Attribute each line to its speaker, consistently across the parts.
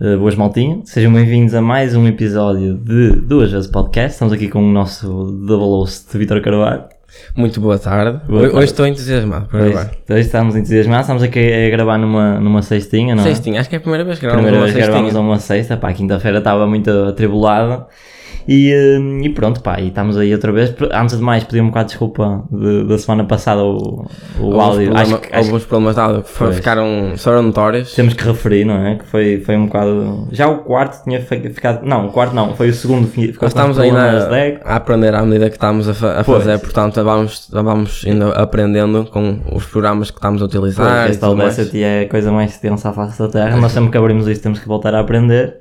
Speaker 1: Uh, boas maltinho, sejam bem-vindos a mais um episódio de Duas Vezes Podcast. Estamos aqui com o nosso double host, Vitor Carvalho.
Speaker 2: Muito boa tarde.
Speaker 1: Boa
Speaker 2: Hoje-
Speaker 1: tarde.
Speaker 2: Hoje estou entusiasmado para
Speaker 1: Hoje,
Speaker 2: gravar.
Speaker 1: hoje estamos entusiasmados, estamos aqui a gravar numa, numa sextinha, não é?
Speaker 2: Sextinha, acho que é a primeira vez que gravamos
Speaker 1: Primeira
Speaker 2: uma
Speaker 1: vez que gravámos a
Speaker 2: sextinha.
Speaker 1: uma sexta, pá, a quinta-feira estava muito atribulada. E, hum, e pronto, pá, e estamos aí outra vez. Antes de mais, pedi um bocado de desculpa de- da semana passada o, o
Speaker 2: Alguns
Speaker 1: um áudio.
Speaker 2: problema-
Speaker 1: Acho, que- acho que
Speaker 2: Alguns problemas de áudio que foram-
Speaker 1: Pois.
Speaker 2: ficaram, foram notórios.
Speaker 1: temos que referir, não é? Que foi, foi um bocado. Já o quarto tinha fe- ficado. Não, o quarto não, foi o segundo. fi- Ficou
Speaker 2: Nós estamos
Speaker 1: com
Speaker 2: ainda
Speaker 1: problemas de eco.
Speaker 2: a aprender à medida que estamos a, fa- a
Speaker 1: Pois.
Speaker 2: fazer, portanto vamos, vamos ainda aprendendo com os programas que estamos a utilizar. e
Speaker 1: Esta
Speaker 2: tudo mais.
Speaker 1: Audacity é a coisa mais tensa à face da Terra. Nós sempre que abrimos isto temos que voltar a aprender.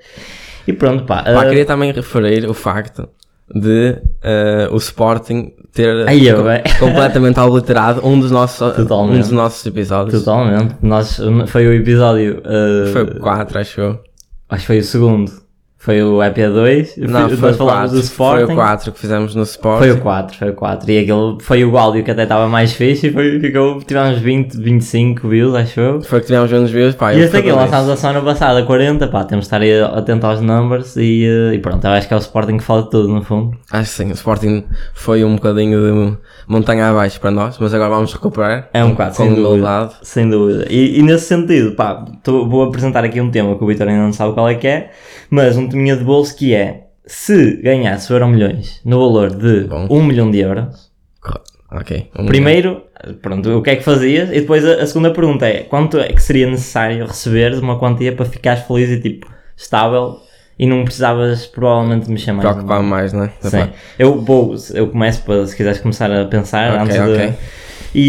Speaker 1: E pronto, pá.
Speaker 2: Pá,
Speaker 1: ah,
Speaker 2: queria também referir o facto de eh, o Sporting ter
Speaker 1: Aí, eu,
Speaker 2: co-
Speaker 1: bem.
Speaker 2: completamente obliterado um dos nossos, um
Speaker 1: Totalmente.
Speaker 2: dos nossos episódios.
Speaker 1: Totalmente. Nós, foi o episódio. ah,
Speaker 2: Foi o 4, acho eu.
Speaker 1: Acho que foi o segundo. Foi o EP2.
Speaker 2: Não, foi o,
Speaker 1: falámos
Speaker 2: 4,
Speaker 1: do Sporting.
Speaker 2: foi o 4 que fizemos no Sporting.
Speaker 1: Foi o 4, foi o 4. E aquele foi o áudio que até estava mais fixe e foi, ficou, tivemos 20, 25 views, acho eu.
Speaker 2: Foi que tivemos menos views, pá.
Speaker 1: E
Speaker 2: eu
Speaker 1: este aqui
Speaker 2: fui feliz.
Speaker 1: lançámos a semana passada, 40, pá, temos de estar aí atento aos numbers e, eh, e pronto, eu acho que é o Sporting que fala de tudo, no fundo.
Speaker 2: Acho que Ah, sim, o Sporting foi um bocadinho de montanha abaixo para nós, mas agora vamos recuperar.
Speaker 1: É um bocado,
Speaker 2: com
Speaker 1: sem dúvida.
Speaker 2: humildade.
Speaker 1: Sem dúvida. E, e nesse sentido, pá, tô- vou apresentar aqui um tema que o Vitor ainda não sabe qual é que é, mas um teminha de bolso que é se ganhasse o Euro Milhões no valor de
Speaker 2: Bom.
Speaker 1: 1 milhão de euros,
Speaker 2: Corre- Ok. um-
Speaker 1: primeiro, pronto, o que é que fazias? E depois a, a segunda pergunta é quanto é que seria necessário receber de uma quantia para ficares feliz e tipo estável e não precisavas provavelmente de mexer mais? no
Speaker 2: Preocupar mais, né?
Speaker 1: Sim. Eu vou, eu começo para se quiseres começar a pensar
Speaker 2: Ok,
Speaker 1: antes
Speaker 2: ok.
Speaker 1: de.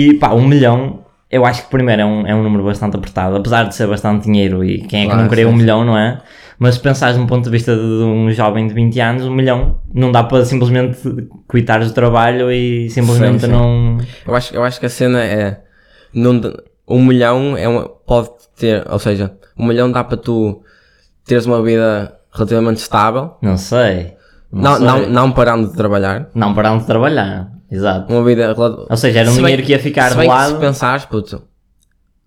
Speaker 1: E pá, um milhão, eu acho que primeiro é um, é um número bastante apertado, apesar de ser bastante dinheiro e quem é que
Speaker 2: Claro,
Speaker 1: não queria
Speaker 2: sim,
Speaker 1: um
Speaker 2: sim.
Speaker 1: milhão, não é? Mas se pensares de um ponto de vista de um jovem de 20 anos, um milhão não dá para simplesmente quitares do trabalho e simplesmente
Speaker 2: Sim, sim.
Speaker 1: não.
Speaker 2: Eu acho, eu acho que a cena é. Não, dá- um milhão é uma, pode ter, ou seja, um milhão dá para tu teres uma vida relativamente estável,
Speaker 1: Não sei.
Speaker 2: não,
Speaker 1: sei.
Speaker 2: não, não parando de trabalhar.
Speaker 1: Não parar de trabalhar. Exato.
Speaker 2: Uma vida. rela-
Speaker 1: Ou seja, era um
Speaker 2: Se bem-
Speaker 1: dinheiro que ia ficar
Speaker 2: se
Speaker 1: de
Speaker 2: bem que
Speaker 1: lado.
Speaker 2: Se pensares, puto,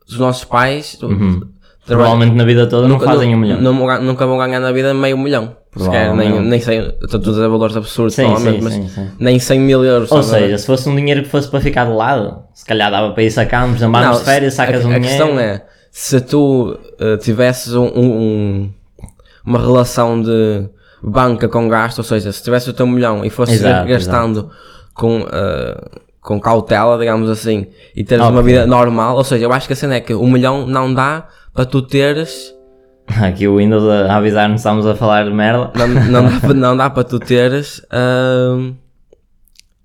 Speaker 2: os nossos pais trabalham-
Speaker 1: Uhum. Provavelmente na vida toda não fazem um milhão.
Speaker 2: nu- Nunca, vão ganhar na vida meio milhão. Sequer, nem,
Speaker 1: Provavelmente.
Speaker 2: nem sei, estou a dizer valores absurdos,
Speaker 1: Sim,
Speaker 2: provavelmente,
Speaker 1: sim,
Speaker 2: mas
Speaker 1: sim, sim.
Speaker 2: nem 100 mil euros.
Speaker 1: Ou
Speaker 2: sabe?
Speaker 1: seja, se fosse um dinheiro que fosse para ficar de lado, se calhar dava para ir sacarmos, andarmos de
Speaker 2: se-
Speaker 1: férias,
Speaker 2: a,
Speaker 1: sacas
Speaker 2: a
Speaker 1: um dinheiro.
Speaker 2: questão é, se tu eh, tivesses um, um- uma relação de banca com gasto, ou seja, se tivesse o teu milhão e fosses
Speaker 1: Exato,
Speaker 2: gastando com... eh, com cautela, digamos assim, e teres uma
Speaker 1: Ok.
Speaker 2: vida normal, ou seja, eu acho que a cena é que um milhão não dá para tu teres
Speaker 1: Aqui o Windows a avisar-nos estamos a falar de merda.
Speaker 2: é- não, não, dá, pa- não dá para tu teres ahm,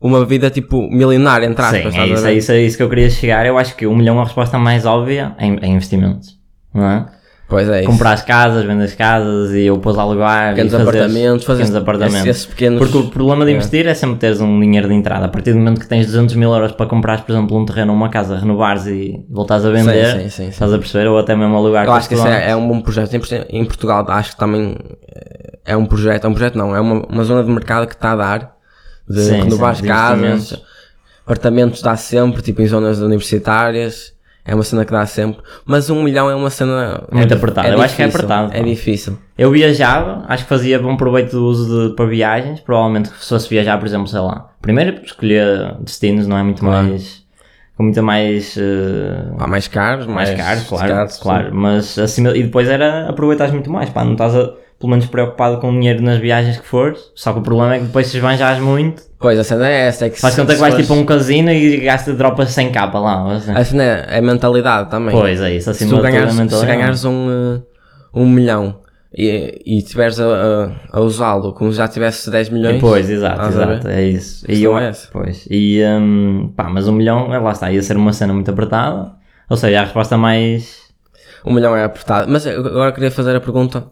Speaker 2: uma vida tipo milionária, entre aspas.
Speaker 1: Sim, é
Speaker 2: estás
Speaker 1: isso,
Speaker 2: a ver?
Speaker 1: é isso, é isso que eu queria chegar. Eu acho que um milhão é a resposta mais óbvia em, em investimentos. Não é?
Speaker 2: Pois é, isso.
Speaker 1: Comprar as casas, vender as casas e eu pôs a alugar.
Speaker 2: pequenos
Speaker 1: e fazer
Speaker 2: apartamentos, fazer
Speaker 1: pequenos apartamentos.
Speaker 2: Esses, esses pequenos.
Speaker 1: Porque o problema de investir é. sempre teres um dinheiro de entrada. A partir do momento que tens 200 mil euros para comprares, por exemplo, um terreno ou uma casa, renovares e voltares a vender,
Speaker 2: sim, sim, sim.
Speaker 1: estás a perceber? Ou até mesmo alugar
Speaker 2: eu acho que isso
Speaker 1: custo-lá.
Speaker 2: é, é um bom projeto. Em, Portu- em Portugal, acho que também eh, é um projeto. É um projeto, não. É uma, uma zona de mercado que está a dar de
Speaker 1: Sim,
Speaker 2: renovar
Speaker 1: sim,
Speaker 2: as
Speaker 1: de
Speaker 2: casas,
Speaker 1: investimentos.
Speaker 2: apartamentos dá sempre, tipo em zonas universitárias. É uma cena que dá sempre. Mas um milhão é uma cena.
Speaker 1: Muito
Speaker 2: é,
Speaker 1: apertada,
Speaker 2: é
Speaker 1: eu acho que é
Speaker 2: difícil,
Speaker 1: apertado,
Speaker 2: É
Speaker 1: pá.
Speaker 2: difícil.
Speaker 1: Eu viajava, acho que fazia bom proveito do uso de, para viagens. Provavelmente se fosse viajar, por exemplo, sei lá. Primeiro escolher destinos, não é? Muito mais. Com muito mais. eh,
Speaker 2: Pá, mais caros,
Speaker 1: mais caro, claro.
Speaker 2: caros,
Speaker 1: claro. Mas acima. E depois era aproveitares muito mais, pá. Não estás a, pelo menos preocupado com o dinheiro nas viagens que fores. Só que o problema é que depois se esbanjas muito.
Speaker 2: Pois, a cena é essa, é que
Speaker 1: Faz
Speaker 2: se-
Speaker 1: conta que
Speaker 2: se
Speaker 1: vais
Speaker 2: fores-
Speaker 1: tipo a um casino e gasta dropas 100 capa lá. ou assim.
Speaker 2: A cena é, é a mentalidade também.
Speaker 1: Pois é, isso
Speaker 2: se
Speaker 1: acima de
Speaker 2: tu
Speaker 1: tudo é
Speaker 2: ganhares, se
Speaker 1: mentalidade.
Speaker 2: ganhares um, eh, um milhão e, e tiveres a, a, a usá-lo como já tivesse 10 milhões,
Speaker 1: Pois, exato,
Speaker 2: Estás a ver?
Speaker 1: exato, é isso. E
Speaker 2: Questão
Speaker 1: eu,
Speaker 2: é essa.
Speaker 1: pois, e hum, pá, mas um milhão, é, lá está, ia ser uma cena muito apertada. Ou seja, a resposta mais.
Speaker 2: um milhão é apertado. Mas eu- agora queria fazer a pergunta,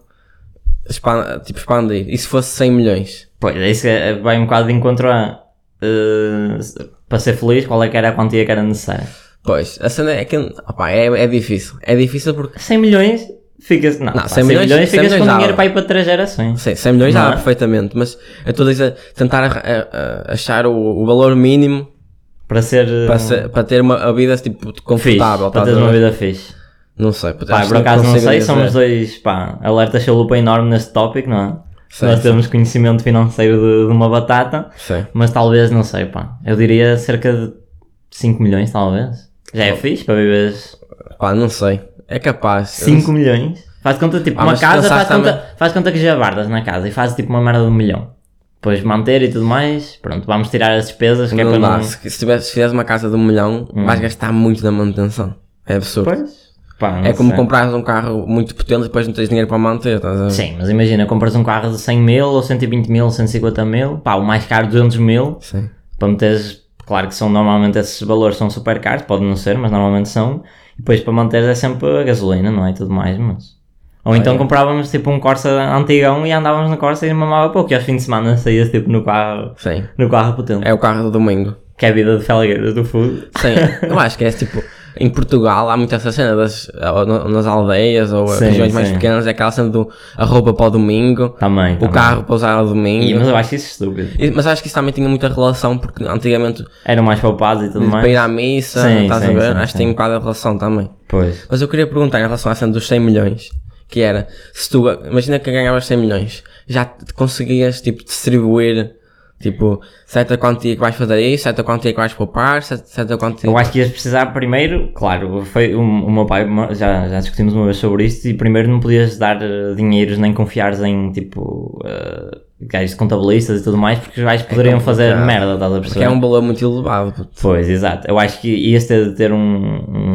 Speaker 2: expan- tipo, expandir. E se fosse 100 milhões?
Speaker 1: Pois, é isso que é- vai um bocado de encontro a. eh, se- para ser feliz, qual é que era a quantia que era necessária?
Speaker 2: Pois, a cena é que opá, é, é difícil. É difícil porque
Speaker 1: 100 milhões, ficas. Não, pá, 100, milhões, ficas
Speaker 2: 100
Speaker 1: com
Speaker 2: milhões
Speaker 1: dinheiro
Speaker 2: dá.
Speaker 1: para ir para 3 gerações.
Speaker 2: Sim, 100 milhões
Speaker 1: Não
Speaker 2: dá
Speaker 1: é?
Speaker 2: perfeitamente, mas eu estou a dizer, tentar a- a- a- achar o, o valor mínimo
Speaker 1: Para ser. eh,
Speaker 2: para, ser- para ter uma a vida tipo,
Speaker 1: Hum. fixe,
Speaker 2: confortável.
Speaker 1: para
Speaker 2: estás
Speaker 1: teres
Speaker 2: a
Speaker 1: uma
Speaker 2: ver?
Speaker 1: vida fixe.
Speaker 2: Não sei, puto,
Speaker 1: Pá,
Speaker 2: acho
Speaker 1: por
Speaker 2: que
Speaker 1: acaso não
Speaker 2: consigo
Speaker 1: sei,
Speaker 2: dizer.
Speaker 1: somos dois, pá, alerta chalupa enorme neste tópico, não é?
Speaker 2: Sei,
Speaker 1: Nós
Speaker 2: sei,
Speaker 1: temos conhecimento financeiro de, de uma batata,
Speaker 2: sei.
Speaker 1: mas talvez, não sei, pá, eu diria cerca de 5 milhões, talvez. Já é fixe para viveres
Speaker 2: Pá, não sei. É capaz.
Speaker 1: 5 milhões? Faz conta, tipo,
Speaker 2: Ah,
Speaker 1: uma
Speaker 2: mas se
Speaker 1: casa,
Speaker 2: pensares
Speaker 1: faz conta, faz conta que já bardas na casa e faz tipo uma merda de um milhão. Depois manter e tudo mais, pronto, vamos tirar as despesas, que é
Speaker 2: Não
Speaker 1: para
Speaker 2: dá.
Speaker 1: não... Hum.
Speaker 2: Se, se tivesse- se fizeres uma casa de um milhão, vais gastar muito na manutenção. É absurdo.
Speaker 1: Pois, pá, não
Speaker 2: é como
Speaker 1: sei.
Speaker 2: comprares um carro muito potente e depois não tens dinheiro para manter, estás a ver?
Speaker 1: Sim, mas imagina, compras um carro de 100 mil, ou 120 mil, 150 mil, pá, o mais caro 200 mil,
Speaker 2: Sim.
Speaker 1: para meteres, claro que são normalmente esses valores são super caros, pode não ser, mas normalmente são, e depois para manteres é sempre a gasolina, não é, e tudo mais, mas... Ou
Speaker 2: Ah,
Speaker 1: então
Speaker 2: é.
Speaker 1: comprávamos tipo um Corsa antigão e andávamos no Corsa e mamava pouco, e aos fins de semana saías tipo no carro,
Speaker 2: Sim.
Speaker 1: no carro potente,
Speaker 2: É o carro do domingo.
Speaker 1: que é a vida de Felgueiras do Food.
Speaker 2: Sim, eu acho que é tipo. Em Portugal há muito essa cena das, ou no- nas aldeias ou
Speaker 1: Sim,
Speaker 2: regiões mais
Speaker 1: sim.
Speaker 2: pequenas, é aquela cena do a roupa para o domingo,
Speaker 1: Também,
Speaker 2: o
Speaker 1: também.
Speaker 2: carro para usar ao domingo.
Speaker 1: E-
Speaker 2: E-
Speaker 1: mas
Speaker 2: mas...
Speaker 1: eu acho isso estúpido.
Speaker 2: acho que isso também tinha muita relação, porque antigamente
Speaker 1: Eram mais poupados e tudo
Speaker 2: para
Speaker 1: mais.
Speaker 2: ir à missa,
Speaker 1: Sim,
Speaker 2: estás
Speaker 1: sim,
Speaker 2: a ver?
Speaker 1: sim,
Speaker 2: acho que
Speaker 1: sim.
Speaker 2: tem um bocado a relação também.
Speaker 1: Pois.
Speaker 2: Mas eu queria perguntar em relação à cena dos 100 milhões, que era, se tu, imagina que ganhavas 100 milhões, já te conseguias, tipo, distribuir, tipo, certa quantia que vais fazer isso, certa quantia que vais poupar, certa, certa quantia...
Speaker 1: Eu acho que ias precisar primeiro, claro, foi o, o meu pai, ma- já, já discutimos uma vez sobre isto, e primeiro não podias dar eh, dinheiros nem confiares em tipo eh, gajos de contabilistas e tudo mais, porque os gajos poderiam fazer
Speaker 2: É complicado.
Speaker 1: merda, estás a
Speaker 2: Que
Speaker 1: perceber?
Speaker 2: é um valor muito elevado, puto.
Speaker 1: Pois, exato. Eu acho que ias ter de ter um,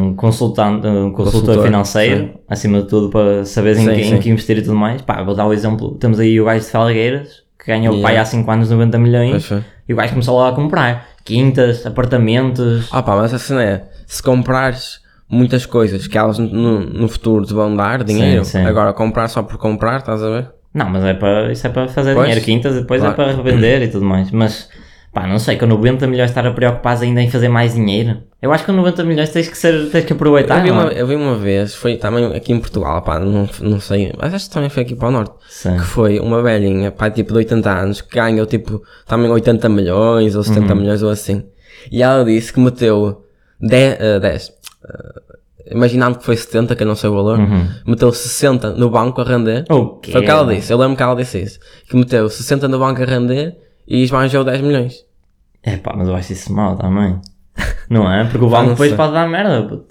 Speaker 1: um consultante, um consultor,
Speaker 2: Consultor,
Speaker 1: financeiro, acima de tudo, para saberes em,
Speaker 2: Sim,
Speaker 1: que, em
Speaker 2: sim.
Speaker 1: que investir e tudo mais. Pá, vou dar o exemplo. Temos aí o gajo de Felgueiras, que ganhou o pai
Speaker 2: Yeah.
Speaker 1: há 5 anos 90 milhões,
Speaker 2: Pois foi.
Speaker 1: e o gajo começou lá a comprar quintas, apartamentos.
Speaker 2: Ah pá, mas a cena é, se comprares muitas coisas que elas no, no futuro te vão dar dinheiro,
Speaker 1: Sim, sim.
Speaker 2: agora comprar só por comprar, estás a ver?
Speaker 1: Não, mas é para, isso é para fazer
Speaker 2: Pois.
Speaker 1: dinheiro quintas e depois é
Speaker 2: Claro.
Speaker 1: para revender e tudo mais. Mas, pá, não sei, com 90 milhões estar a preocupar ainda em fazer mais dinheiro. Eu acho que com 90 milhões tens que, ser, tens que aproveitar.
Speaker 2: eu, vi
Speaker 1: não
Speaker 2: uma,
Speaker 1: é?
Speaker 2: eu vi uma vez, foi também aqui em Portugal, pá, não, não sei, mas acho que também foi aqui para o norte,
Speaker 1: Sim.
Speaker 2: que foi uma velhinha, pá, tipo de 80 anos, que ganhou tipo também 80 milhões ou 70 milhões ou assim. E ela disse que meteu 10, eh, 10 eh, imaginando que foi 70, que eu não sei o valor, meteu 60 no banco a render.
Speaker 1: O quê?
Speaker 2: Foi Uhum. o que ela disse, eu lembro que ela disse isso. Que meteu 60 no banco a render e esbanjou 10 milhões.
Speaker 1: É pá, mas eu acho isso mal também. Não é? Porque o
Speaker 2: não
Speaker 1: banco depois
Speaker 2: sei.
Speaker 1: pode dar merda. puto.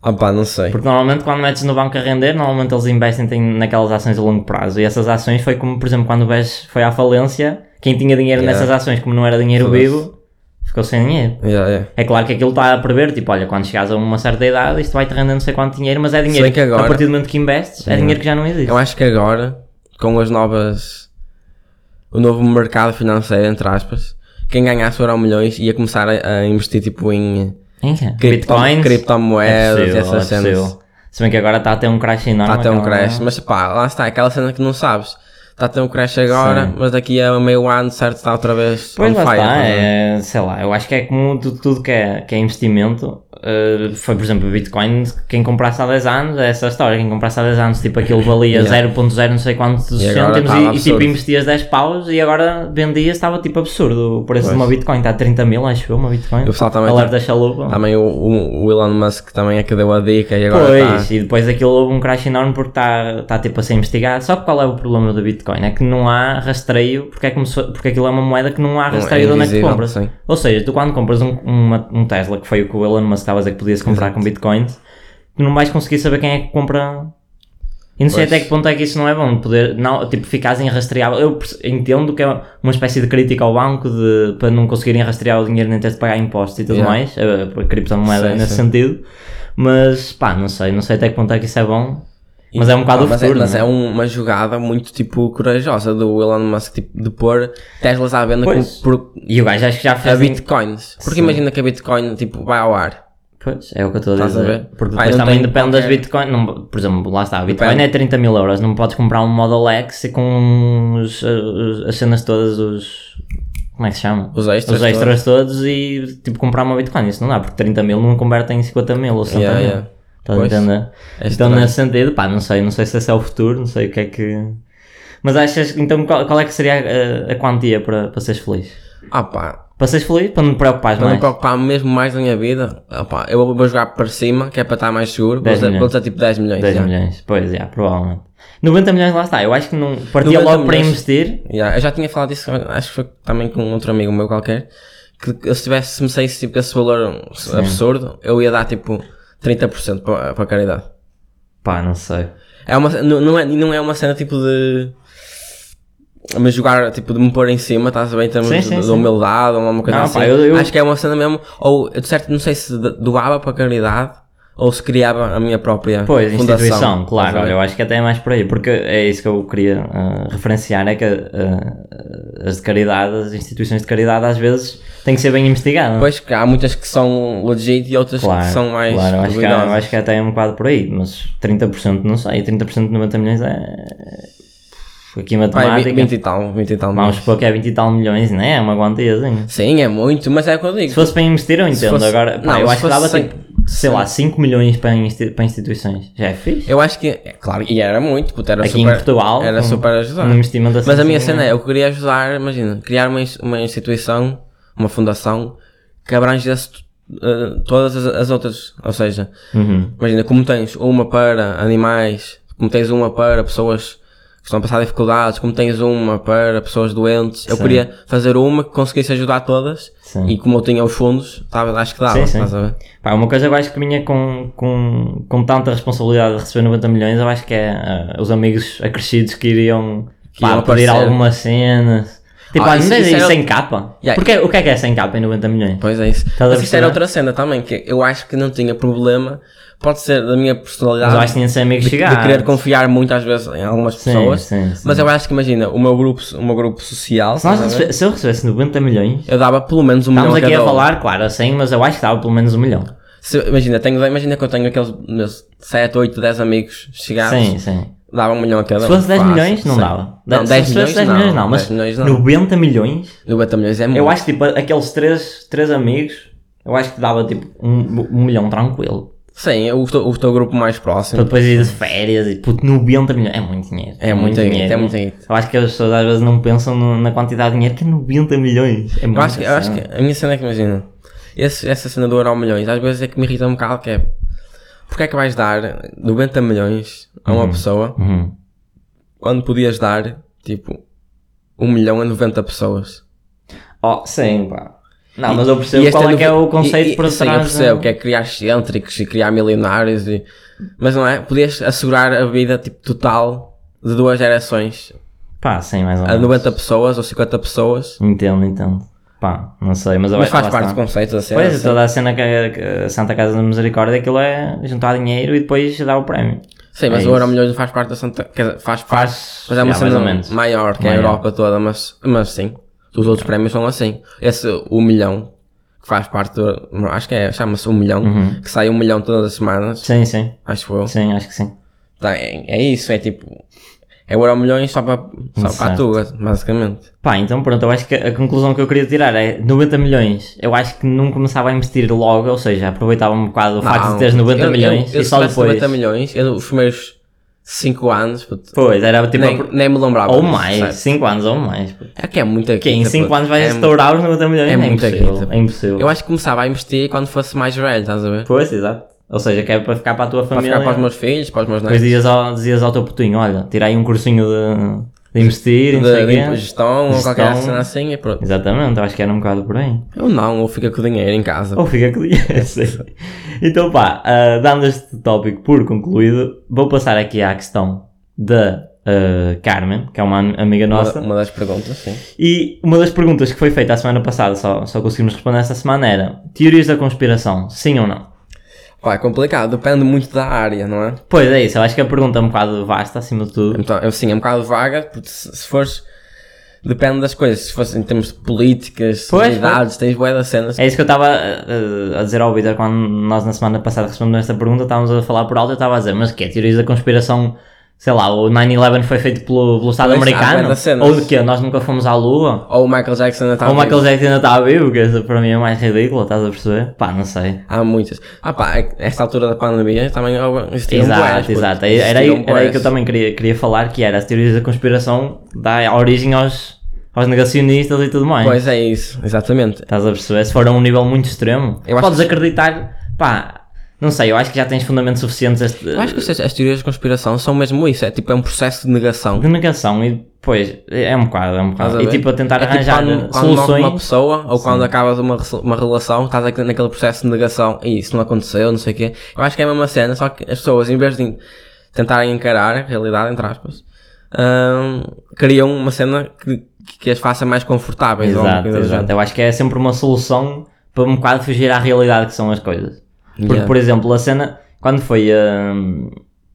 Speaker 2: Ah pá, não sei.
Speaker 1: Porque normalmente quando metes no banco a render, normalmente eles investem em- naquelas ações a longo prazo. E essas ações foi como, por exemplo, quando o BES foi à falência, quem tinha dinheiro
Speaker 2: Yeah.
Speaker 1: nessas ações, como não era dinheiro
Speaker 2: Foda-se.
Speaker 1: vivo, ficou sem dinheiro.
Speaker 2: Yeah, yeah.
Speaker 1: É claro que aquilo está a prever, tipo, olha, quando chegares a uma certa idade, isto vai-te render não sei quanto dinheiro, mas é dinheiro
Speaker 2: bem que agora- Uhum.
Speaker 1: a partir do momento que investes, é dinheiro que já não existe.
Speaker 2: Eu acho que agora, com as novas. o novo mercado financeiro, entre aspas, quem ganhasse euro milhões ia começar a, a investir tipo em
Speaker 1: Em quê?
Speaker 2: cripto-
Speaker 1: Bitcoins? É
Speaker 2: criptomoedas,
Speaker 1: possível,
Speaker 2: essas
Speaker 1: é
Speaker 2: cenas.
Speaker 1: possível. Se bem que agora está a ter um crash enorme.
Speaker 2: Está a ter um
Speaker 1: aquela-
Speaker 2: crash, mas pá, lá está, aquela cena que não sabes. Está a ter um crash agora, mas daqui a meio ano, certo, está outra vez
Speaker 1: Pois
Speaker 2: on
Speaker 1: lá
Speaker 2: fire,
Speaker 1: está,
Speaker 2: estás a ver?
Speaker 1: é, sei lá, eu acho que é como tu- tudo, que, é, que é investimento. uh, foi, por exemplo, o Bitcoin, quem comprasse há 10 anos, é essa história, quem comprasse há 10 anos, tipo, aquilo valia
Speaker 2: Yeah.
Speaker 1: 0.0 não sei quantos
Speaker 2: E agora
Speaker 1: cêntimos
Speaker 2: tá
Speaker 1: e, e, tipo,
Speaker 2: absurdo.
Speaker 1: investias 10 paus e agora vendias, estava tipo absurdo o preço de uma Bitcoin, está a 30 mil, acho eu, uma Bitcoin.
Speaker 2: O pessoal também tá-
Speaker 1: Alerta chalupa.
Speaker 2: Também o, o- o Elon Musk também é que deu a dica e agora tá.
Speaker 1: Pois,
Speaker 2: está.
Speaker 1: e depois aquilo houve um crash enorme porque está tá, tipo a ser investigado. Só que qual é o problema do Bitcoin? É que não há rastreio, porque, é como se- porque aquilo é uma moeda que não há rastreio de onde é que tu
Speaker 2: invisível,
Speaker 1: compras.
Speaker 2: sim.
Speaker 1: Ou seja, tu quando compras um, uma- um Tesla, que foi o que o Elon Musk estava a dizer que podia-se comprar com Bitcoins, tu não vais conseguir saber quem é que compra. E não sei
Speaker 2: Pois.
Speaker 1: até que ponto é que isso não é bom, de poder, não, tipo, ficares irrastreável. Eu perce- entendo que é uma espécie de crítica ao banco de, para não conseguirem rastrear o dinheiro nem ter de pagar impostos e tudo
Speaker 2: Yeah.
Speaker 1: mais, a, a criptomoeda
Speaker 2: Sim,
Speaker 1: nesse
Speaker 2: sim.
Speaker 1: sentido, mas pá, não sei, não sei até que ponto é que isso é bom, mas é um bocado
Speaker 2: Ah,
Speaker 1: o
Speaker 2: mas,
Speaker 1: futuro.
Speaker 2: é, mas
Speaker 1: não é?
Speaker 2: é um- uma jogada muito tipo corajosa do Elon Musk tipo, de pôr Teslas à venda com,
Speaker 1: Pois.
Speaker 2: por,
Speaker 1: E o gajo acho que já
Speaker 2: a
Speaker 1: fez.
Speaker 2: bitcoins. Porque
Speaker 1: Sim.
Speaker 2: imagina que a bitcoin tipo, vai ao ar.
Speaker 1: Pois, é o que eu estou a
Speaker 2: Estás a
Speaker 1: dizer.
Speaker 2: ver?
Speaker 1: Porque
Speaker 2: Pá,
Speaker 1: depois
Speaker 2: não
Speaker 1: também
Speaker 2: tem
Speaker 1: depende das
Speaker 2: qualquer-
Speaker 1: Bitcoin. não- por exemplo, lá está, a Bitcoin
Speaker 2: Depende.
Speaker 1: é 30 mil euros, não podes comprar um Model X e com os, os- as cenas todas, os. Como é que se chama?
Speaker 2: Os extras
Speaker 1: Os extras todos. e tipo comprar uma Bitcoin. Isso não dá, porque 30 mil não converte em 50 mil ou 60
Speaker 2: Yeah,
Speaker 1: mil.
Speaker 2: yeah.
Speaker 1: Estás a
Speaker 2: Pois.
Speaker 1: entender?
Speaker 2: É
Speaker 1: então,
Speaker 2: estranho.
Speaker 1: nesse sentido, pá, não sei, não sei se esse é o futuro, não sei o que é que. eh, Mas achas, então, qual, qual é que seria a, a quantia para, para seres feliz?
Speaker 2: Ah pá,
Speaker 1: Para seres feliz, para não me preocupares
Speaker 2: Para não
Speaker 1: mais.
Speaker 2: me preocupar mesmo mais na minha vida, opá, eu vou vou jogar para cima, que é para estar mais seguro. Vou
Speaker 1: 10
Speaker 2: dizer, vou
Speaker 1: milhões.
Speaker 2: dizer tipo 10 milhões.
Speaker 1: 10
Speaker 2: já.
Speaker 1: milhões, pois, é, provavelmente. 90 milhões lá está, eu acho que não partia
Speaker 2: 90
Speaker 1: logo para
Speaker 2: milhões.
Speaker 1: investir.
Speaker 2: Yeah, eu já tinha falado disso, acho que foi também com outro amigo meu qualquer, que eu se tivesse, se me saísse tipo, esse valor absurdo, eu ia dar tipo 30% para, para a caridade.
Speaker 1: Pá, não sei.
Speaker 2: É uma, não, não é, não é uma cena tipo de. Me jogar, tipo, de me pôr em cima, estás a ver? Em termos
Speaker 1: Sim,
Speaker 2: de,
Speaker 1: sim,
Speaker 2: de
Speaker 1: sim.
Speaker 2: humildade ou alguma coisa
Speaker 1: Não,
Speaker 2: assim.
Speaker 1: pá, eu- eu-
Speaker 2: Acho que é uma cena mesmo. Ou, eu de certo, não sei se de- doava para caridade ou se criava a minha própria
Speaker 1: Pois,
Speaker 2: fundação.
Speaker 1: instituição, claro,
Speaker 2: Estás a ver?
Speaker 1: olha, eu acho que até é mais por aí, porque é isso que eu queria ah, referenciar, é que ah, as de caridade, as instituições de caridade às vezes têm que ser bem investigadas. é?
Speaker 2: Pois que há muitas que são legit e outras que são mais.
Speaker 1: claro, eu acho que, há- eu
Speaker 2: duvidosas.
Speaker 1: acho que até é um bocado por aí, mas 30% não sei, 30% de 90 milhões é... Aqui em
Speaker 2: Vai,
Speaker 1: matemática,
Speaker 2: 20 é e tal, 20 e tal.
Speaker 1: vamos
Speaker 2: milhões.
Speaker 1: supor que é 20 e tal milhões, não é? É uma quantiazinha.
Speaker 2: Sim, é muito, mas é o que eu digo.
Speaker 1: Se fosse para investir, eu entendo.
Speaker 2: fosse-
Speaker 1: Agora, pá,
Speaker 2: não,
Speaker 1: eu
Speaker 2: se
Speaker 1: acho que
Speaker 2: fosse
Speaker 1: dava
Speaker 2: cem-
Speaker 1: tipo, sei lá, 5 milhões para, insti- para instituições. Já é fixe?
Speaker 2: Eu acho que, é claro, e era muito, puto, era
Speaker 1: Aqui
Speaker 2: super.
Speaker 1: em Portugal,
Speaker 2: Era
Speaker 1: um-
Speaker 2: super ajudar.
Speaker 1: um investimento assim,
Speaker 2: Mas a minha
Speaker 1: sim,
Speaker 2: cena
Speaker 1: é.
Speaker 2: é, eu queria ajudar, imagina, criar uma, ins- uma instituição, uma fundação, que abrangesse eh, todas as, as outras. Ou seja,
Speaker 1: Uhum.
Speaker 2: imagina, como tens uma para animais, como tens uma para pessoas que estão a passar dificuldades, como tens uma para pessoas doentes, eu queria fazer uma que conseguisse ajudar todas.
Speaker 1: Sim.
Speaker 2: E como eu tinha os fundos, tava, acho que dava,
Speaker 1: Sim, sim.
Speaker 2: estás a ver?
Speaker 1: Pá, uma coisa que eu acho que vinha com, com, com tanta responsabilidade de receber 90 milhões, eu acho que é ah, os amigos acrescidos que iriam
Speaker 2: Que
Speaker 1: pá,
Speaker 2: iam
Speaker 1: pedir
Speaker 2: aparecer.
Speaker 1: algumas cenas. Tipo,
Speaker 2: Ah,
Speaker 1: ah,
Speaker 2: isso-
Speaker 1: não
Speaker 2: isso
Speaker 1: isso,
Speaker 2: era-
Speaker 1: sem capa?
Speaker 2: Yeah.
Speaker 1: Porque, o que é que é sem capa em 90 milhões?
Speaker 2: Pois é isso.
Speaker 1: a
Speaker 2: Mas isso
Speaker 1: perceber?
Speaker 2: era outra cena também, que eu acho que não tinha problema. Pode ser da minha personalidade.
Speaker 1: Mas eu acho que tinha de ser amigos
Speaker 2: de, de
Speaker 1: chegados.
Speaker 2: querer confiar muito às vezes em algumas
Speaker 1: Sim,
Speaker 2: pessoas.
Speaker 1: sim, sim.
Speaker 2: Mas eu acho que imagina, o meu grupo, o meu grupo social,
Speaker 1: se, nós
Speaker 2: estás a ver?
Speaker 1: recebe- se eu recebesse 90 milhões,
Speaker 2: eu dava pelo menos um milhão
Speaker 1: estamos aqui
Speaker 2: cada
Speaker 1: a
Speaker 2: um.
Speaker 1: falar, claro, assim, mas eu acho que dava pelo menos um milhão.
Speaker 2: Se- imagina, tenho, imagina que eu tenho aqueles meus 7, 8, 10 amigos chegados,
Speaker 1: Sim, sim.
Speaker 2: dava um milhão a cada
Speaker 1: Se
Speaker 2: um.
Speaker 1: fosse 10
Speaker 2: fácil,
Speaker 1: milhões, não
Speaker 2: sim.
Speaker 1: dava.
Speaker 2: Não,
Speaker 1: Se
Speaker 2: 10
Speaker 1: fosse
Speaker 2: milhões,
Speaker 1: 10 milhões, não, mas
Speaker 2: 10 milhões não.
Speaker 1: 90 milhões,
Speaker 2: 90 milhões é muito.
Speaker 1: eu acho que tipo, aqueles três, três amigos, eu acho que dava tipo um, um milhão tranquilo.
Speaker 2: Sim, o teu, o teu grupo mais próximo.
Speaker 1: Para depois ir de férias e puto, 90 milhões, é muito dinheiro.
Speaker 2: É muito dinheiro, é muito dinheiro.
Speaker 1: Eu acho que as pessoas às vezes não pensam no- na quantidade de dinheiro que é 90 milhões. É
Speaker 2: Eu acho, que, eu acho que a minha cena é que imagina, esse- essa cena do euro ao milhões, às vezes é que me irrita um bocado que é porque é que vais dar 90 milhões a uma pessoa
Speaker 1: Uhum.
Speaker 2: quando podias dar tipo 1 milhão a 90 pessoas?
Speaker 1: Oh, sim, pá. Não, mas eu
Speaker 2: E
Speaker 1: percebo
Speaker 2: este
Speaker 1: qual é que é
Speaker 2: nove-
Speaker 1: o conceito
Speaker 2: e- e-
Speaker 1: por
Speaker 2: sim, eu
Speaker 1: trás.
Speaker 2: percebo
Speaker 1: né?
Speaker 2: que é criar excêntricos e criar milionários e. Mas não é? Podias assegurar a vida tipo, total de duas gerações
Speaker 1: Pá, sim, mais ou
Speaker 2: a
Speaker 1: menos.
Speaker 2: 90 pessoas ou 50 pessoas.
Speaker 1: Entendo, entendo. Pá, não sei, mas, eu
Speaker 2: Mas
Speaker 1: acho
Speaker 2: faz
Speaker 1: lá
Speaker 2: parte do
Speaker 1: está.
Speaker 2: conceito da cena.
Speaker 1: Pois, então,
Speaker 2: assim.
Speaker 1: toda a cena que a- que a Santa Casa da Misericórdia, aquilo é juntar dinheiro e depois dar o prémio.
Speaker 2: Sim,
Speaker 1: É
Speaker 2: mas
Speaker 1: isso.
Speaker 2: o Euro Milhões não faz parte da Santa. Quer dizer, faz parte.
Speaker 1: Faz,
Speaker 2: Mas é uma
Speaker 1: yeah, mais ou
Speaker 2: cena
Speaker 1: menos.
Speaker 2: maior que
Speaker 1: Maior.
Speaker 2: a Europa toda, mas, mas sim. Os outros prémios são assim. Esse 1 milhão, que faz parte do. Acho que é, chama-se 1 milhão, que sai 1 milhão todas as semanas,
Speaker 1: Uhum. Sim, sim.
Speaker 2: acho eu.
Speaker 1: Sim, acho que sim.
Speaker 2: Tá, é, é isso, é tipo. É o Euro Milhões só para só para a
Speaker 1: Certo.
Speaker 2: tua, basicamente.
Speaker 1: Pá, então pronto, eu acho que a conclusão que eu queria tirar é 90 milhões. Eu acho que não começava a investir logo, ou seja, aproveitava um bocado o facto de teres 90
Speaker 2: eu- eu-
Speaker 1: milhões
Speaker 2: eu
Speaker 1: e
Speaker 2: se
Speaker 1: só
Speaker 2: tivesse
Speaker 1: depois.
Speaker 2: 90 milhões, eu, os primeiros 5 anos, puto,
Speaker 1: Pois, era tipo. a
Speaker 2: nem,
Speaker 1: pro-
Speaker 2: nem me lembrava.
Speaker 1: Ou
Speaker 2: disso,
Speaker 1: mais,
Speaker 2: certo?
Speaker 1: 5 anos ou mais.
Speaker 2: É que é muito aqui.
Speaker 1: Que em 5 anos vais estourar os 90 milhões.
Speaker 2: é
Speaker 1: É,
Speaker 2: muita
Speaker 1: impossível.
Speaker 2: guita.
Speaker 1: É impossível.
Speaker 2: É Eu acho que começava a investir quando fosse mais velho, estás a ver?
Speaker 1: Pois, exato. Ou seja, que é para ficar para a tua
Speaker 2: Para
Speaker 1: família.
Speaker 2: ficar para os meus filhos, para os meus
Speaker 1: Depois
Speaker 2: netos.
Speaker 1: dizias ao, dizias ao teu putinho, olha, tirei um cursinho de, de investir,
Speaker 2: De,
Speaker 1: não sei o
Speaker 2: de
Speaker 1: quê.
Speaker 2: gestão ou
Speaker 1: Gestão.
Speaker 2: qualquer cena assim e pronto.
Speaker 1: Exatamente, eu acho que era um bocado por aí.
Speaker 2: Ou não, ou fica com o dinheiro em casa.
Speaker 1: Ou fica com dinheiro, sim. Então pá, ah, dando este tópico por concluído, vou passar aqui à questão da ah, Carmen, que é uma am- amiga
Speaker 2: Uma-
Speaker 1: nossa.
Speaker 2: Uma das perguntas, sim.
Speaker 1: E uma das perguntas que foi feita a semana passada, só, só conseguimos responder esta semana, era teorias da conspiração, sim ou não?
Speaker 2: Pá, é complicado, depende muito da área, não é?
Speaker 1: Pois é isso, eu acho que a pergunta é um bocado vasta acima de tudo.
Speaker 2: Então, eu sim, é um bocado vaga, porque se, se fores. Depende das coisas, se fosse em termos de políticas,
Speaker 1: Pois,
Speaker 2: sociedades, tens boé das cenas.
Speaker 1: É isso que eu estava eh, a dizer ao Vitor quando nós na semana passada respondemos esta pergunta, estávamos a falar por alto, eu estava a dizer, mas que é teorias da conspiração, sei lá, o 9-11 foi feito pelo, pelo Estado
Speaker 2: Pois, há
Speaker 1: americano,
Speaker 2: bué de cenas.
Speaker 1: ou de quê? Nós nunca fomos à Lua? é
Speaker 2: Ou o Michael Jackson ainda tá está
Speaker 1: ou o
Speaker 2: vivo.
Speaker 1: Michael Jackson ainda está vivo, que isso para mim é mais ridículo, estás a perceber? Pá, não sei.
Speaker 2: Há muitas. Ah pá, é que esta altura da pandemia também existiam bués,
Speaker 1: Exato,
Speaker 2: puto.
Speaker 1: exato. Era, aí-
Speaker 2: Existiam
Speaker 1: era aí
Speaker 2: bués.
Speaker 1: que eu também queria, queria falar, que era as teorias da conspiração dá origem aos, aos negacionistas e tudo mais.
Speaker 2: Pois é isso, exatamente.
Speaker 1: Estás a perceber? Se for a um nível muito extremo,
Speaker 2: Eu acho
Speaker 1: podes
Speaker 2: que-
Speaker 1: acreditar, pá, não sei, eu acho que já tens fundamentos suficientes este,
Speaker 2: Eu acho que as, as teorias de conspiração são mesmo isso, é tipo, é um processo de negação.
Speaker 1: de negação e depois é um bocado, é um
Speaker 2: Estás
Speaker 1: bocado.
Speaker 2: a
Speaker 1: E
Speaker 2: ver?
Speaker 1: tipo a tentar
Speaker 2: É tipo
Speaker 1: arranjar
Speaker 2: quando, quando morre uma
Speaker 1: soluções.
Speaker 2: pessoa ou quando acabas uma, rece- uma relação, estás aqui naquele processo de negação e isso não aconteceu, não sei o quê. Eu acho que é a mesma cena, só que as pessoas, em vez de tentarem encarar a realidade, entre aspas, hum, criam uma cena que, que as faça mais confortáveis. ou alguma
Speaker 1: Exato,
Speaker 2: coisa do
Speaker 1: exato.
Speaker 2: género.
Speaker 1: Eu acho que é sempre uma solução para um bocado fugir à realidade que são as coisas. Porque,
Speaker 2: Yeah.
Speaker 1: por exemplo, a cena, quando foi hum,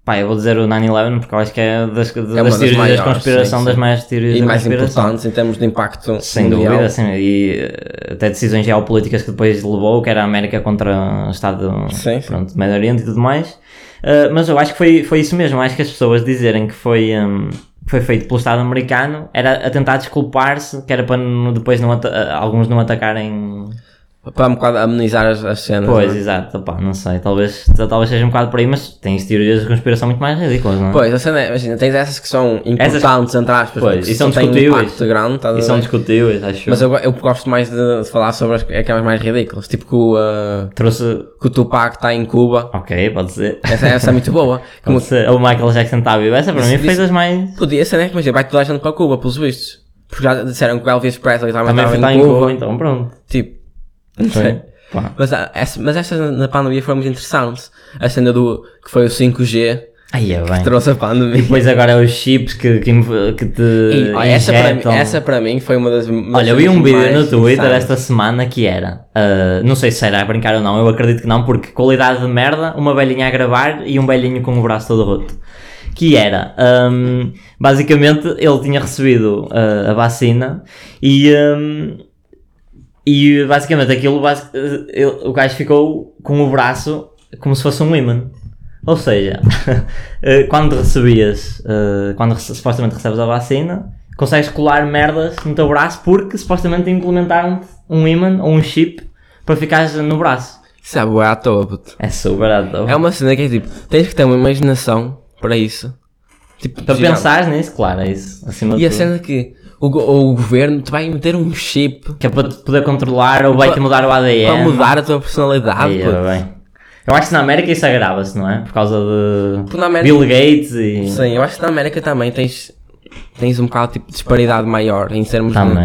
Speaker 1: Pá, eu vou dizer o 9-11 porque eu acho que é das, das,
Speaker 2: uma das
Speaker 1: teorias
Speaker 2: maiores,
Speaker 1: da conspiração,
Speaker 2: sim,
Speaker 1: das
Speaker 2: sim.
Speaker 1: maiores teorias
Speaker 2: E
Speaker 1: da
Speaker 2: mais
Speaker 1: conspiração.
Speaker 2: importantes em termos de impacto
Speaker 1: É Sem
Speaker 2: mundial.
Speaker 1: dúvida, sim, e eh, até decisões geopolíticas que depois levou, que era a América contra o Estado
Speaker 2: Sim, sim.
Speaker 1: pronto, Médio Oriente e tudo mais. Eh, mas eu acho que foi, foi isso mesmo, acho que as pessoas dizerem que foi, hum, que foi feito pelo Estado americano era a tentar desculpar-se, que era para não- depois não ata- eh, alguns não atacarem.
Speaker 2: Para um bocado amenizar as, as cenas.
Speaker 1: Pois,
Speaker 2: não é?
Speaker 1: exato, opá, não sei, talvez, talvez seja um bocado por aí, mas tens teorias de conspiração muito mais ridículas, não é?
Speaker 2: Pois, a cena é, imagina, tens essas que são
Speaker 1: Essas-
Speaker 2: importantes, entre aspas,
Speaker 1: Pois,
Speaker 2: porque
Speaker 1: e são
Speaker 2: têm um
Speaker 1: discutíveis.
Speaker 2: impacto grande, estás a
Speaker 1: E são
Speaker 2: ver?
Speaker 1: discutíveis, acho.
Speaker 2: é. Mas eu, eu gosto mais de, de falar sobre as- é aquelas mais ridículas, tipo que o, ah,
Speaker 1: Trouxe.
Speaker 2: que o Tupac está em Cuba.
Speaker 1: Ok, pode ser.
Speaker 2: Essa, essa é muito boa. Como-
Speaker 1: Pode ser. O Michael Jackson está vivo. Essa para mim
Speaker 2: Isso-
Speaker 1: fez as mais.
Speaker 2: podia ser, né? Mas vai toda a gente para Cuba, pelos vistos. Porque já disseram que o Elvis Presley também,
Speaker 1: Também foi estar
Speaker 2: estava em
Speaker 1: em
Speaker 2: Cuba.
Speaker 1: Cuba, então pronto.
Speaker 2: Tipo, não sei.
Speaker 1: Pá.
Speaker 2: Mas, ah, essa, mas esta na- na pandemia foi muito interessante. A cena do que foi o 5G
Speaker 1: Aí é bem.
Speaker 2: que trouxe a pandemia.
Speaker 1: Depois agora é os chips que, que, inv- que te
Speaker 2: E, olha, essa, para mim,
Speaker 1: injetam.
Speaker 2: essa para mim foi uma das. uma
Speaker 1: Olha, eu
Speaker 2: das
Speaker 1: vi um vídeo
Speaker 2: mais
Speaker 1: no Twitter
Speaker 2: interessantes.
Speaker 1: esta semana que era. ah, não sei se era a brincar ou não, eu acredito que não, porque qualidade de merda, uma velhinha a gravar e um velhinho com o braço todo roto. Que era, ahm, basicamente, ele tinha recebido ah, a vacina e. ah, ahm, e basicamente aquilo, basic- eh, ele- o gajo ficou com o braço como se fosse um imã. Ou seja, eh, quando recebias, eh, quando rece- supostamente recebes a vacina, consegues colar merdas no teu braço porque supostamente implementaram-te um imã ou um chip para ficares no braço.
Speaker 2: Isso é bué à toa, puto.
Speaker 1: É super à toa.
Speaker 2: É uma cena que é tipo, tens que ter uma imaginação para isso. Tipo,
Speaker 1: Para
Speaker 2: gigante.
Speaker 1: pensares nisso, claro, é isso. Acima
Speaker 2: E
Speaker 1: de
Speaker 2: a
Speaker 1: tudo.
Speaker 2: cena que o, go- o governo te vai meter um chip
Speaker 1: Que é para te poder controlar ou vai-te mudar o ADN.
Speaker 2: para mudar a tua personalidade.
Speaker 1: Aí,
Speaker 2: pô.
Speaker 1: bem. Eu acho que na América isso agrava-se, não é? Por causa de
Speaker 2: Porque Tipo, na América-
Speaker 1: Bill Gates e...
Speaker 2: Sim, eu acho que na América também tens, tens um bocado tipo, de disparidade maior em termos de.
Speaker 1: Também.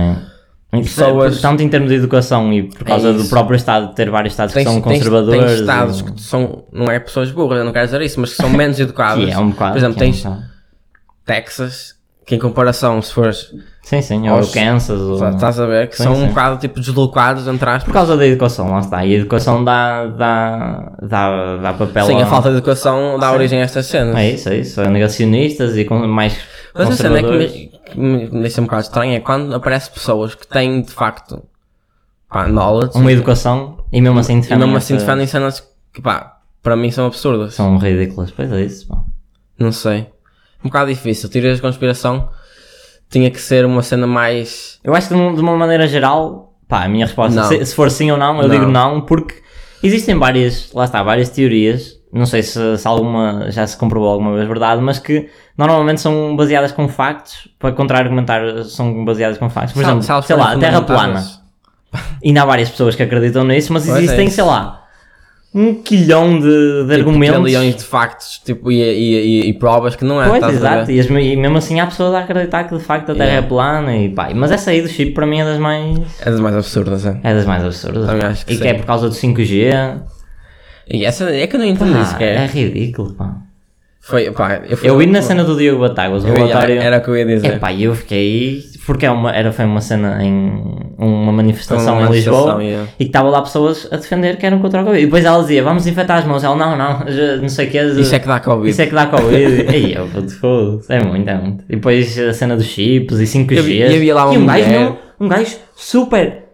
Speaker 2: É
Speaker 1: Em-
Speaker 2: pessoas-
Speaker 1: Tanto em termos de educação e por causa do
Speaker 2: É isso.
Speaker 1: próprio Estado ter vários Estados
Speaker 2: Tens,
Speaker 1: que são
Speaker 2: tens-
Speaker 1: conservadores.
Speaker 2: tens estados
Speaker 1: e-
Speaker 2: que são, não é pessoas burras, eu não quero dizer isso, mas que são menos educadas.
Speaker 1: que é um bocado.
Speaker 2: Por exemplo,
Speaker 1: que é um
Speaker 2: tens
Speaker 1: bocado.
Speaker 2: Texas, que em comparação, se fores,
Speaker 1: Sim, sim, ou
Speaker 2: aos-
Speaker 1: o Kansas. Ou...
Speaker 2: estás a ver, que
Speaker 1: Sim,
Speaker 2: são um
Speaker 1: sim.
Speaker 2: bocado tipo deslocados, entre aspas.
Speaker 1: Por causa da educação, lá está. E a educação dá, dá, dá, dá papel
Speaker 2: Sim, a
Speaker 1: ao-
Speaker 2: falta de educação dá origem a estas cenas.
Speaker 1: É isso, é isso. A negacionistas e com- mais
Speaker 2: Mas a cena é que
Speaker 1: conservadores.
Speaker 2: me, que me deixa um bocado estranho é quando aparecem pessoas que têm de facto pá, knowledge
Speaker 1: Uma educação e mesmo assim
Speaker 2: e
Speaker 1: defendem.
Speaker 2: mesmo assim
Speaker 1: essa-
Speaker 2: defendem cenas que pá, para mim são absurdas.
Speaker 1: São ridículas. Pois é isso. pá.
Speaker 2: Não sei. Um bocado difícil. Teorias de conspiração tinha que ser uma cena mais.
Speaker 1: Eu acho que de um- de uma maneira geral, pá, a minha resposta,
Speaker 2: Não.
Speaker 1: se, se for sim ou não, eu
Speaker 2: Não.
Speaker 1: digo não, porque existem várias, lá está, várias teorias, não sei se, se alguma já se comprovou alguma vez verdade, mas que normalmente são baseadas com factos, para contra-argumentar são baseadas com factos. Por
Speaker 2: Sal-
Speaker 1: exemplo,
Speaker 2: salvo
Speaker 1: sei lá, a
Speaker 2: forem
Speaker 1: Terra plana.
Speaker 2: fundamentadas.
Speaker 1: E ainda há várias pessoas que acreditam nisso, mas
Speaker 2: Pois é
Speaker 1: existem,
Speaker 2: isso.
Speaker 1: sei lá, um quilhão de, de argumentos.
Speaker 2: Tipo, Trilhões de factos tipo, e, e, e- e provas que não é.
Speaker 1: Pois,
Speaker 2: estás a ver?
Speaker 1: exato, e, as- e mesmo assim há pessoas a acreditar que de facto a Terra
Speaker 2: Yeah.
Speaker 1: é plana e pá, mas essa aí do chip para mim é das mais...
Speaker 2: É das mais absurdas, é.
Speaker 1: É das mais absurdas.
Speaker 2: Também acho que
Speaker 1: e
Speaker 2: sim.
Speaker 1: que é por causa do 5G.
Speaker 2: E essa é que eu não entendo
Speaker 1: Ah,
Speaker 2: isso, que
Speaker 1: é
Speaker 2: é.
Speaker 1: ridículo, pá.
Speaker 2: Foi, pá, eu, fui,
Speaker 1: Eu vi na cena do Diogo Batáguas, o
Speaker 2: Eu ia-
Speaker 1: relatório.
Speaker 2: Era o que eu ia dizer.
Speaker 1: Epá, eu fiquei. Porque é uma, era, foi uma cena em. Uma manifestação
Speaker 2: Uma
Speaker 1: em Lisboa.
Speaker 2: manifestação, yeah.
Speaker 1: E que estavam lá pessoas a defender que eram contra o Covid. E depois ela dizia, vamos infectar as mãos. Ela, não, não, já- não sei o que.
Speaker 2: Isso é que dá Covid.
Speaker 1: Isso é que dá Covid. Ei, eu puto, foda-se. É muito, é muito. E depois a cena dos chips e 5G.
Speaker 2: Eu vi- eu vi lá uma
Speaker 1: e um gajo,
Speaker 2: mulher.
Speaker 1: não, um gajo super.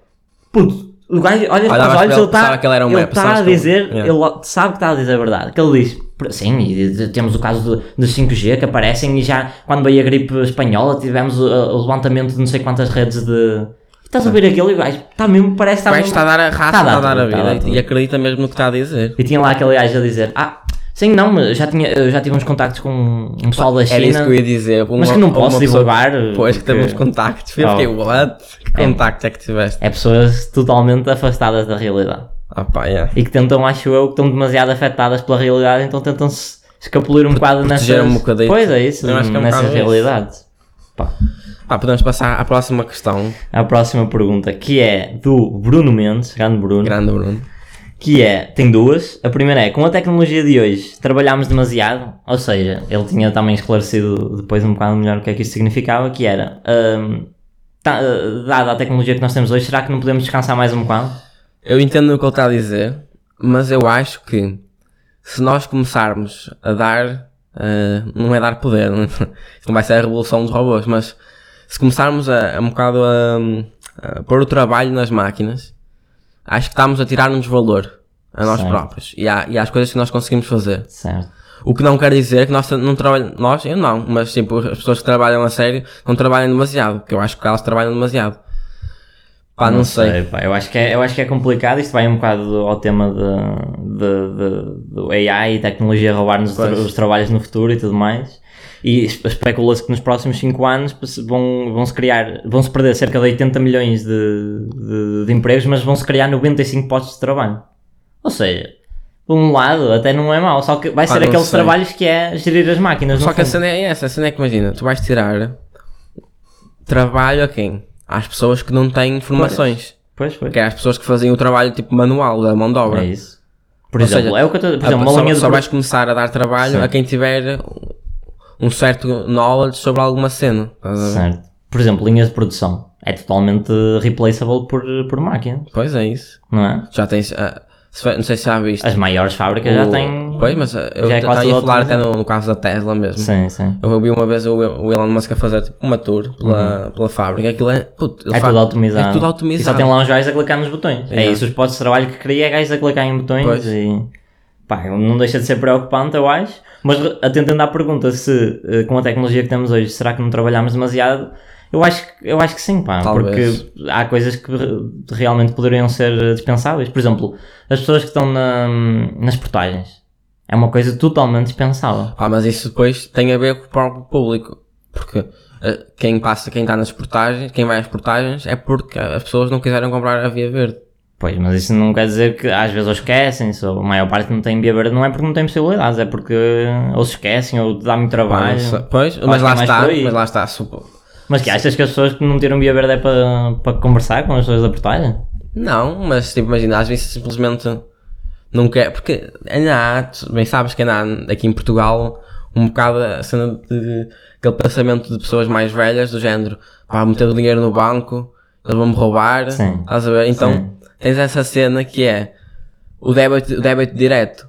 Speaker 1: Puto, o gajo olha para
Speaker 2: Olhavas
Speaker 1: os
Speaker 2: para
Speaker 1: olhos, ele
Speaker 2: ele,
Speaker 1: está
Speaker 2: pensava que ele era um
Speaker 1: ele
Speaker 2: mulher,
Speaker 1: tá
Speaker 2: pensavas
Speaker 1: a
Speaker 2: que ele-
Speaker 1: dizer,
Speaker 2: Yeah.
Speaker 1: ele sabe que está a dizer a verdade. Que ele diz, "Pr- sim, e de- temos o caso do, do 5G que aparecem e já quando veio a gripe espanhola tivemos o, o levantamento de não sei quantas redes de. Estás a ouvir aquilo e o gajo está mesmo, parece que
Speaker 2: O
Speaker 1: está
Speaker 2: gajo
Speaker 1: mesmo.
Speaker 2: está a dar a raça,
Speaker 1: Tá a dar
Speaker 2: está a dar a
Speaker 1: tudo, tá a
Speaker 2: vida
Speaker 1: dar
Speaker 2: e- e acredita mesmo no que está a dizer.
Speaker 1: E tinha lá aquele gajo a dizer: Ah, Sim, não, mas já, tinha, eu já tive uns contactos com um pessoal da China.
Speaker 2: Era isso que eu ia dizer.
Speaker 1: Mas que não posso divulgar.
Speaker 2: Pois que
Speaker 1: porque
Speaker 2: temos contactos. Eu fiquei,
Speaker 1: Oh.
Speaker 2: what? Que
Speaker 1: É.
Speaker 2: contacto é que tiveste?
Speaker 1: É pessoas totalmente afastadas da realidade.
Speaker 2: Ah pá, yeah.
Speaker 1: E que tentam, acho eu, que estão demasiado afetadas pela realidade, então tentam se escapulir um bocado nessas.
Speaker 2: proteger um bocadito.
Speaker 1: Pois é, isso,
Speaker 2: Eu acho que é um
Speaker 1: nessas
Speaker 2: bocado isso.
Speaker 1: realidades. Pá.
Speaker 2: Pá, podemos passar à próxima questão.
Speaker 1: A próxima pergunta, que é do Bruno Mendes, grande Bruno,
Speaker 2: Grande Bruno.
Speaker 1: que é, tem duas. A primeira é, com a tecnologia de hoje, trabalhámos demasiado? Ou seja, ele tinha também esclarecido depois um bocado melhor o que é que isso significava, que era, hum, tá- dada a tecnologia que nós temos hoje, será que não podemos descansar mais um bocado?
Speaker 2: Eu entendo o que ele está a dizer, mas eu acho que se nós começarmos a dar. eh, não é dar poder, não, isto não vai ser a revolução dos robôs, mas se começarmos a, a um bocado a, hum, a pôr o trabalho nas máquinas, acho que estamos a tirar-nos valor a nós
Speaker 1: Certo.
Speaker 2: próprios e, à- e às coisas que nós conseguimos fazer.
Speaker 1: Certo.
Speaker 2: O que não quer dizer que nós tra- não trabalhamos. Nós, eu não, mas tipo, as pessoas que trabalham a sério não trabalham demasiado, porque eu acho que elas trabalham demasiado. Pá, não, sei.
Speaker 1: pá, eu, acho que é, eu acho que é complicado. Isto vai um bocado ao tema de, de- de- do AI e tecnologia roubar-nos os, tra-
Speaker 2: Pois.
Speaker 1: os trabalhos no futuro e tudo mais. E espe- especula-se que nos próximos 5 anos se- vão, vão-se criar, vão-se perder cerca de 80 milhões de, de- de empregos, mas vão-se criar 95 postos de trabalho. Ou seja, por um lado até não é mau, só que vai ser
Speaker 2: Ah, não
Speaker 1: aqueles
Speaker 2: sei.
Speaker 1: trabalhos que é gerir as máquinas.
Speaker 2: Só
Speaker 1: no
Speaker 2: que a
Speaker 1: fundo.
Speaker 2: cena é essa, a cena é que imagina, tu vais tirar trabalho a quem? Às pessoas que não têm informações.
Speaker 1: Pois, pois.
Speaker 2: Que é às pessoas que fazem o trabalho tipo manual, da mão de obra.
Speaker 1: É isso. Por
Speaker 2: Ou
Speaker 1: exemplo,
Speaker 2: seja,
Speaker 1: é o que eu tô- por
Speaker 2: Ah,
Speaker 1: exemplo, uma
Speaker 2: só,
Speaker 1: linha de
Speaker 2: só
Speaker 1: produ-
Speaker 2: vais começar a dar trabalho
Speaker 1: Sim.
Speaker 2: a quem tiver um certo knowledge sobre alguma cena. estás a ver?
Speaker 1: Certo. Por exemplo, linhas de produção. É totalmente replaceable por, por máquina,
Speaker 2: Pois é isso.
Speaker 1: não é?
Speaker 2: Já tens. ah, se fa- não sei se já viste.
Speaker 1: As maiores fábricas já têm.
Speaker 2: Pois, mas ah, eu
Speaker 1: já é
Speaker 2: já
Speaker 1: quase
Speaker 2: estava a
Speaker 1: tudo
Speaker 2: falar até no, no caso da Tesla mesmo.
Speaker 1: Sim, sim.
Speaker 2: Eu vi uma vez o o Elon Musk a fazer tipo, uma tour pela, pela fábrica. Aquilo é. Puto, ele
Speaker 1: Uhum. É
Speaker 2: faz-
Speaker 1: tudo automizado.
Speaker 2: É tudo
Speaker 1: E só
Speaker 2: automizado.
Speaker 1: tem lá uns gajos a clicar nos botões. É
Speaker 2: Yeah.
Speaker 1: isso, os postos de trabalho que cria é gajos a clicar em botões
Speaker 2: Pois.
Speaker 1: e. Pá, não deixa de ser preocupante, eu acho. Mas re- atentando à pergunta se eh, com a tecnologia que temos hoje, será que não trabalhamos demasiado? Eu acho, que- eu acho que sim, pá.
Speaker 2: Talvez.
Speaker 1: Porque há coisas que re- realmente poderiam ser dispensáveis. Por exemplo, as pessoas que estão na- nas portagens. É uma coisa totalmente dispensável.
Speaker 2: Ah, mas isso depois tem a ver com o próprio público. Porque eh, quem passa, quem está nas portagens, quem vai às portagens é porque as pessoas não quiseram comprar a Via Verde.
Speaker 1: Pois, mas isso não quer dizer que às vezes ou esquecem-se, ou a maior parte não tem via verde, não é porque não tem possibilidades, é porque ou se esquecem ou dá muito trabalho.
Speaker 2: Mas, pois, mas
Speaker 1: que
Speaker 2: lá
Speaker 1: é mais
Speaker 2: está,
Speaker 1: por aí.
Speaker 2: mas lá está. supo-
Speaker 1: mas que achas que as pessoas que não tiram via verde é para, para conversar com as pessoas da portagem?
Speaker 2: Não, mas tipo, imagina, às vezes simplesmente não quer. Porque ainda há, tu bem sabes que ainda há aqui em Portugal um bocado a cena de, aquele pensamento de pessoas mais velhas do género, pá, meter o dinheiro no banco, eles vão me roubar.
Speaker 1: Sim.
Speaker 2: Estás a ver? Então tens essa cena que é o débito, o débito direto.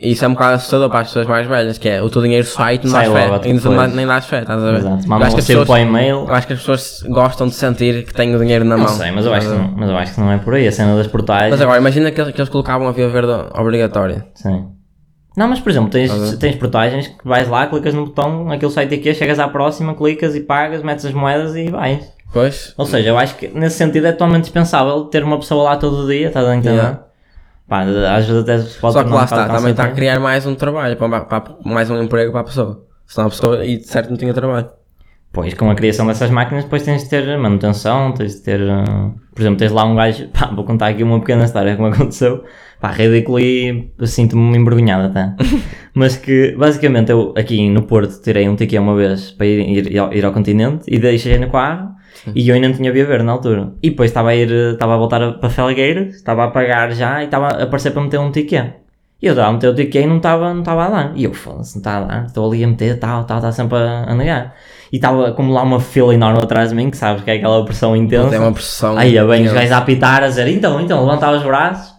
Speaker 2: E isso é um bocado assustador para as pessoas mais velhas, que é o teu dinheiro sai e tu não
Speaker 1: Sai
Speaker 2: dás
Speaker 1: logo,
Speaker 2: fé, e não
Speaker 1: depois.
Speaker 2: nem dás fé, estás a ver?
Speaker 1: Exato,
Speaker 2: Eu
Speaker 1: mandam
Speaker 2: acho que as
Speaker 1: recebo
Speaker 2: pessoas-
Speaker 1: para o e-mail.
Speaker 2: eu acho que as pessoas gostam de sentir que têm o dinheiro na
Speaker 1: Não
Speaker 2: mão.
Speaker 1: sei, mas eu, acho que
Speaker 2: Estás a ver?
Speaker 1: não, mas eu acho que não é por aí, a cena das portagens.
Speaker 2: Mas é- agora, imagina que eles, que eles colocavam a via verde obrigatória.
Speaker 1: Sim. Não, mas por exemplo, tens, tens portagens que vais lá, clicas no botão, aquilo sai daqui, chegas à próxima, clicas e pagas, metes as moedas e vais.
Speaker 2: Pois?
Speaker 1: Ou seja, eu acho que nesse sentido é totalmente dispensável ter uma pessoa lá todo dia, estás a entender?
Speaker 2: Yeah.
Speaker 1: Pá, às vezes até se pode
Speaker 2: Só
Speaker 1: tornar
Speaker 2: que
Speaker 1: um
Speaker 2: lá
Speaker 1: bocado
Speaker 2: está, também está a
Speaker 1: cansativo.
Speaker 2: criar mais um trabalho, para, para- mais um emprego para a pessoa. Senão a pessoa, e de certo, não tinha trabalho.
Speaker 1: Pois, com a criação dessas máquinas, depois tens de ter manutenção, tens de ter. ah, Por exemplo, tens lá um gajo. Pá, vou contar aqui uma pequena história que me aconteceu. Pá, ridículo e eu sinto-me envergonhado até. Mas que, basicamente, eu aqui no Porto tirei um ticket uma vez para ir, ir, ao, ir ao continente e deixei no carro e eu ainda não tinha via ver na altura. E depois estava a ir, eh, estava a voltar a- para Felgueiras, estava a pagar já e estava a aparecer para meter um ticket. E eu estava a meter o ticket e não estava não estava a dar. E eu, foda-se, não está a dar. Estou ali a meter, tal, tal, está sempre a, a negar. E estava como lá uma fila enorme atrás de mim, que sabes que é aquela pressão intensa.
Speaker 2: Então, Tem uma pressão.
Speaker 1: Aí, é bem, os
Speaker 2: Eu-
Speaker 1: gajos a apitar, a dizer, então, então, levantar os braços.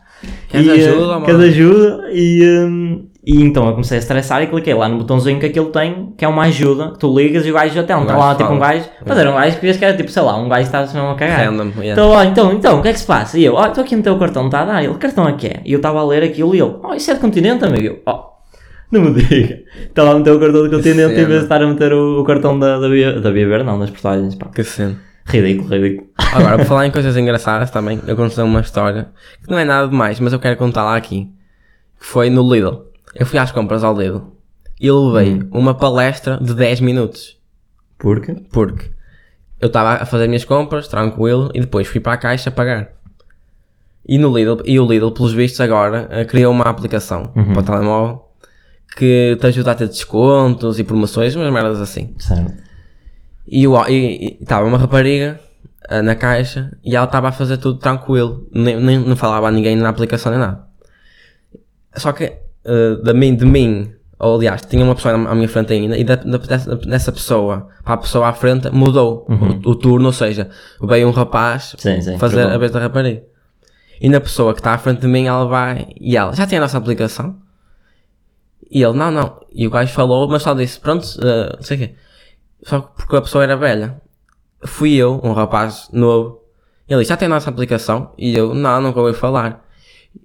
Speaker 2: Queres
Speaker 1: e, eh,
Speaker 2: ajuda, mano?
Speaker 1: queres ajuda? E, hum, e então eu comecei a estressar e cliquei lá no botãozinho que aquilo tem, que é uma ajuda, que tu ligas e o gajo até não
Speaker 2: O
Speaker 1: está
Speaker 2: gajo
Speaker 1: lá, tipo um
Speaker 2: fala.
Speaker 1: gajo, mas era um gajo que vias que era tipo, sei lá, um gajo que estava-se mesmo a cagar.
Speaker 2: Random, yeah.
Speaker 1: Então, ó, então, então, o que é que se passa? E eu, ó, estou aqui no teu cartão, está a dar? Ele, que cartão é que é? E eu estava a ler aquilo e ele, ó, isso é de continente, amigo? Eu, ó, não me diga. Tá Estava a meter o cartão do continente em
Speaker 2: cena.
Speaker 1: vez de estar a meter o, o cartão da, da Bia, da Bia Verde, não, das portagens, pá.
Speaker 2: Que cena.
Speaker 1: Ridículo, ridículo.
Speaker 2: Agora, por falar em coisas engraçadas também, aconteceu uma história que não é nada demais, mas eu quero contá-la aqui. Que foi no Lidl. Eu fui às compras ao Lidl e levei
Speaker 1: Hum.
Speaker 2: uma palestra de 10 minutos.
Speaker 1: Porque?
Speaker 2: Porque eu estava a fazer minhas compras, tranquilo, e depois fui para a caixa pagar. E, no Lidl, e o Lidl, pelos vistos, agora eh, criou uma aplicação para o telemóvel que te ajuda a ter descontos e promoções, umas merdas assim.
Speaker 1: Certo.
Speaker 2: E estava e, e, estava uma rapariga ah, na caixa e ela estava a fazer tudo tranquilo, nem, nem- não falava a ninguém na aplicação nem nada. Só que ah, da mim, de mim, ou aliás, tinha uma pessoa na- à minha frente ainda, e da, da- dessa, dessa pessoa para a pessoa à frente mudou o, o turno, ou seja, veio um rapaz
Speaker 1: Uhum. Sim, sim,
Speaker 2: fazer
Speaker 1: pergunto.
Speaker 2: a vez da rapariga. E na pessoa que está à frente de mim, ela vai e ela já tem a nossa aplicação. E ele, não, não. E o gajo falou, mas só disse, pronto, eh, não sei o quê. Só que porque a pessoa era velha. Fui eu, um rapaz novo. Ele disse, já tem a nossa aplicação? E eu, não, nunca ouvi falar.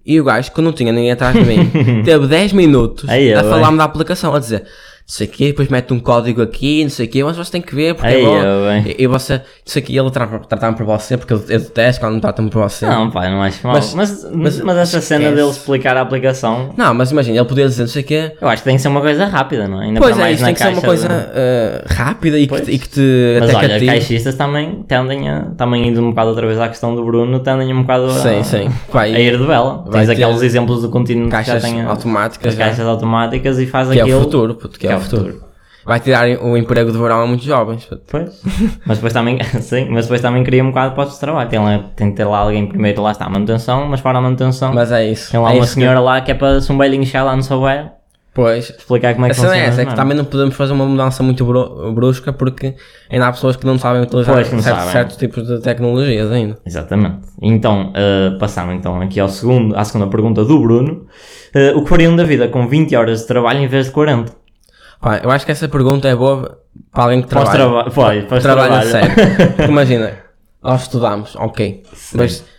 Speaker 2: E o gajo, que não tinha ninguém atrás de mim, teve 10 minutos
Speaker 1: Aí é
Speaker 2: a
Speaker 1: bem.
Speaker 2: falar-me da aplicação, a dizer, não sei o quê, depois mete um código aqui, não sei o quê, mas você tem que ver, porque
Speaker 1: Aí
Speaker 2: é bom.
Speaker 1: é bem.
Speaker 2: E, e você, não sei o quê, ele tra- tratava-me por você, porque eu, eu detesto quando me tratam por você.
Speaker 1: Não, pá, não acho mal. Mas,
Speaker 2: Mas-
Speaker 1: mas,
Speaker 2: mas
Speaker 1: essa cena
Speaker 2: esquece.
Speaker 1: dele explicar a aplicação,
Speaker 2: Não, mas imagina, ele podia dizer, não sei o quê,
Speaker 1: eu acho que tem que ser uma coisa rápida, não é? Ainda
Speaker 2: Pois
Speaker 1: para
Speaker 2: é,
Speaker 1: mais
Speaker 2: isto
Speaker 1: na
Speaker 2: tem que ser uma
Speaker 1: caixa
Speaker 2: coisa
Speaker 1: de-
Speaker 2: eh, rápida e que,
Speaker 1: Pois.
Speaker 2: e que te
Speaker 1: Mas
Speaker 2: até
Speaker 1: olha,
Speaker 2: cativa.
Speaker 1: caixistas também tendem a. Também indo um bocado outra vez à questão do Bruno, tendem um bocado a,
Speaker 2: Sim, sim. Vai,
Speaker 1: a ir de vela.
Speaker 2: vai
Speaker 1: Tens
Speaker 2: ter
Speaker 1: aqueles exemplos do contínuo que
Speaker 2: caixas
Speaker 1: já tem a-
Speaker 2: automáticas,
Speaker 1: as
Speaker 2: já,
Speaker 1: caixas automáticas e faz
Speaker 2: que é
Speaker 1: aquilo.
Speaker 2: o futuro, puto, que é o futuro. Vai tirar o emprego de verão a muitos jovens. puto.
Speaker 1: Pois. mas depois também, sim, mas depois também cria um bocado postos de trabalho. Tem, lá, tem que ter lá alguém primeiro, lá está a manutenção, mas fora a manutenção,
Speaker 2: Mas é isso.
Speaker 1: tem lá
Speaker 2: é
Speaker 1: uma
Speaker 2: isso que-
Speaker 1: senhora lá que é para se um velhinho chegar lá no souber,
Speaker 2: Pois.
Speaker 1: explicar como é
Speaker 2: A
Speaker 1: que
Speaker 2: cena
Speaker 1: funciona.
Speaker 2: é essa, é que
Speaker 1: não
Speaker 2: também não podemos fazer uma mudança muito bru- brusca porque ainda há pessoas que não sabem utilizar
Speaker 1: Pois, que não
Speaker 2: certos,
Speaker 1: sabem.
Speaker 2: certos tipos de tecnologias ainda.
Speaker 1: Exatamente. Então, eh, passando então aqui ao segundo, à segunda pergunta do Bruno, eh, o que fariam da vida com 20 horas de trabalho em vez de 40?
Speaker 2: Pá, eu acho que essa pergunta é boa para alguém que
Speaker 1: Pós
Speaker 2: trabalha.
Speaker 1: traba- pois, pós
Speaker 2: trabalha
Speaker 1: trabalho.
Speaker 2: sério. Porque imagina, nós estudamos, ok. Mas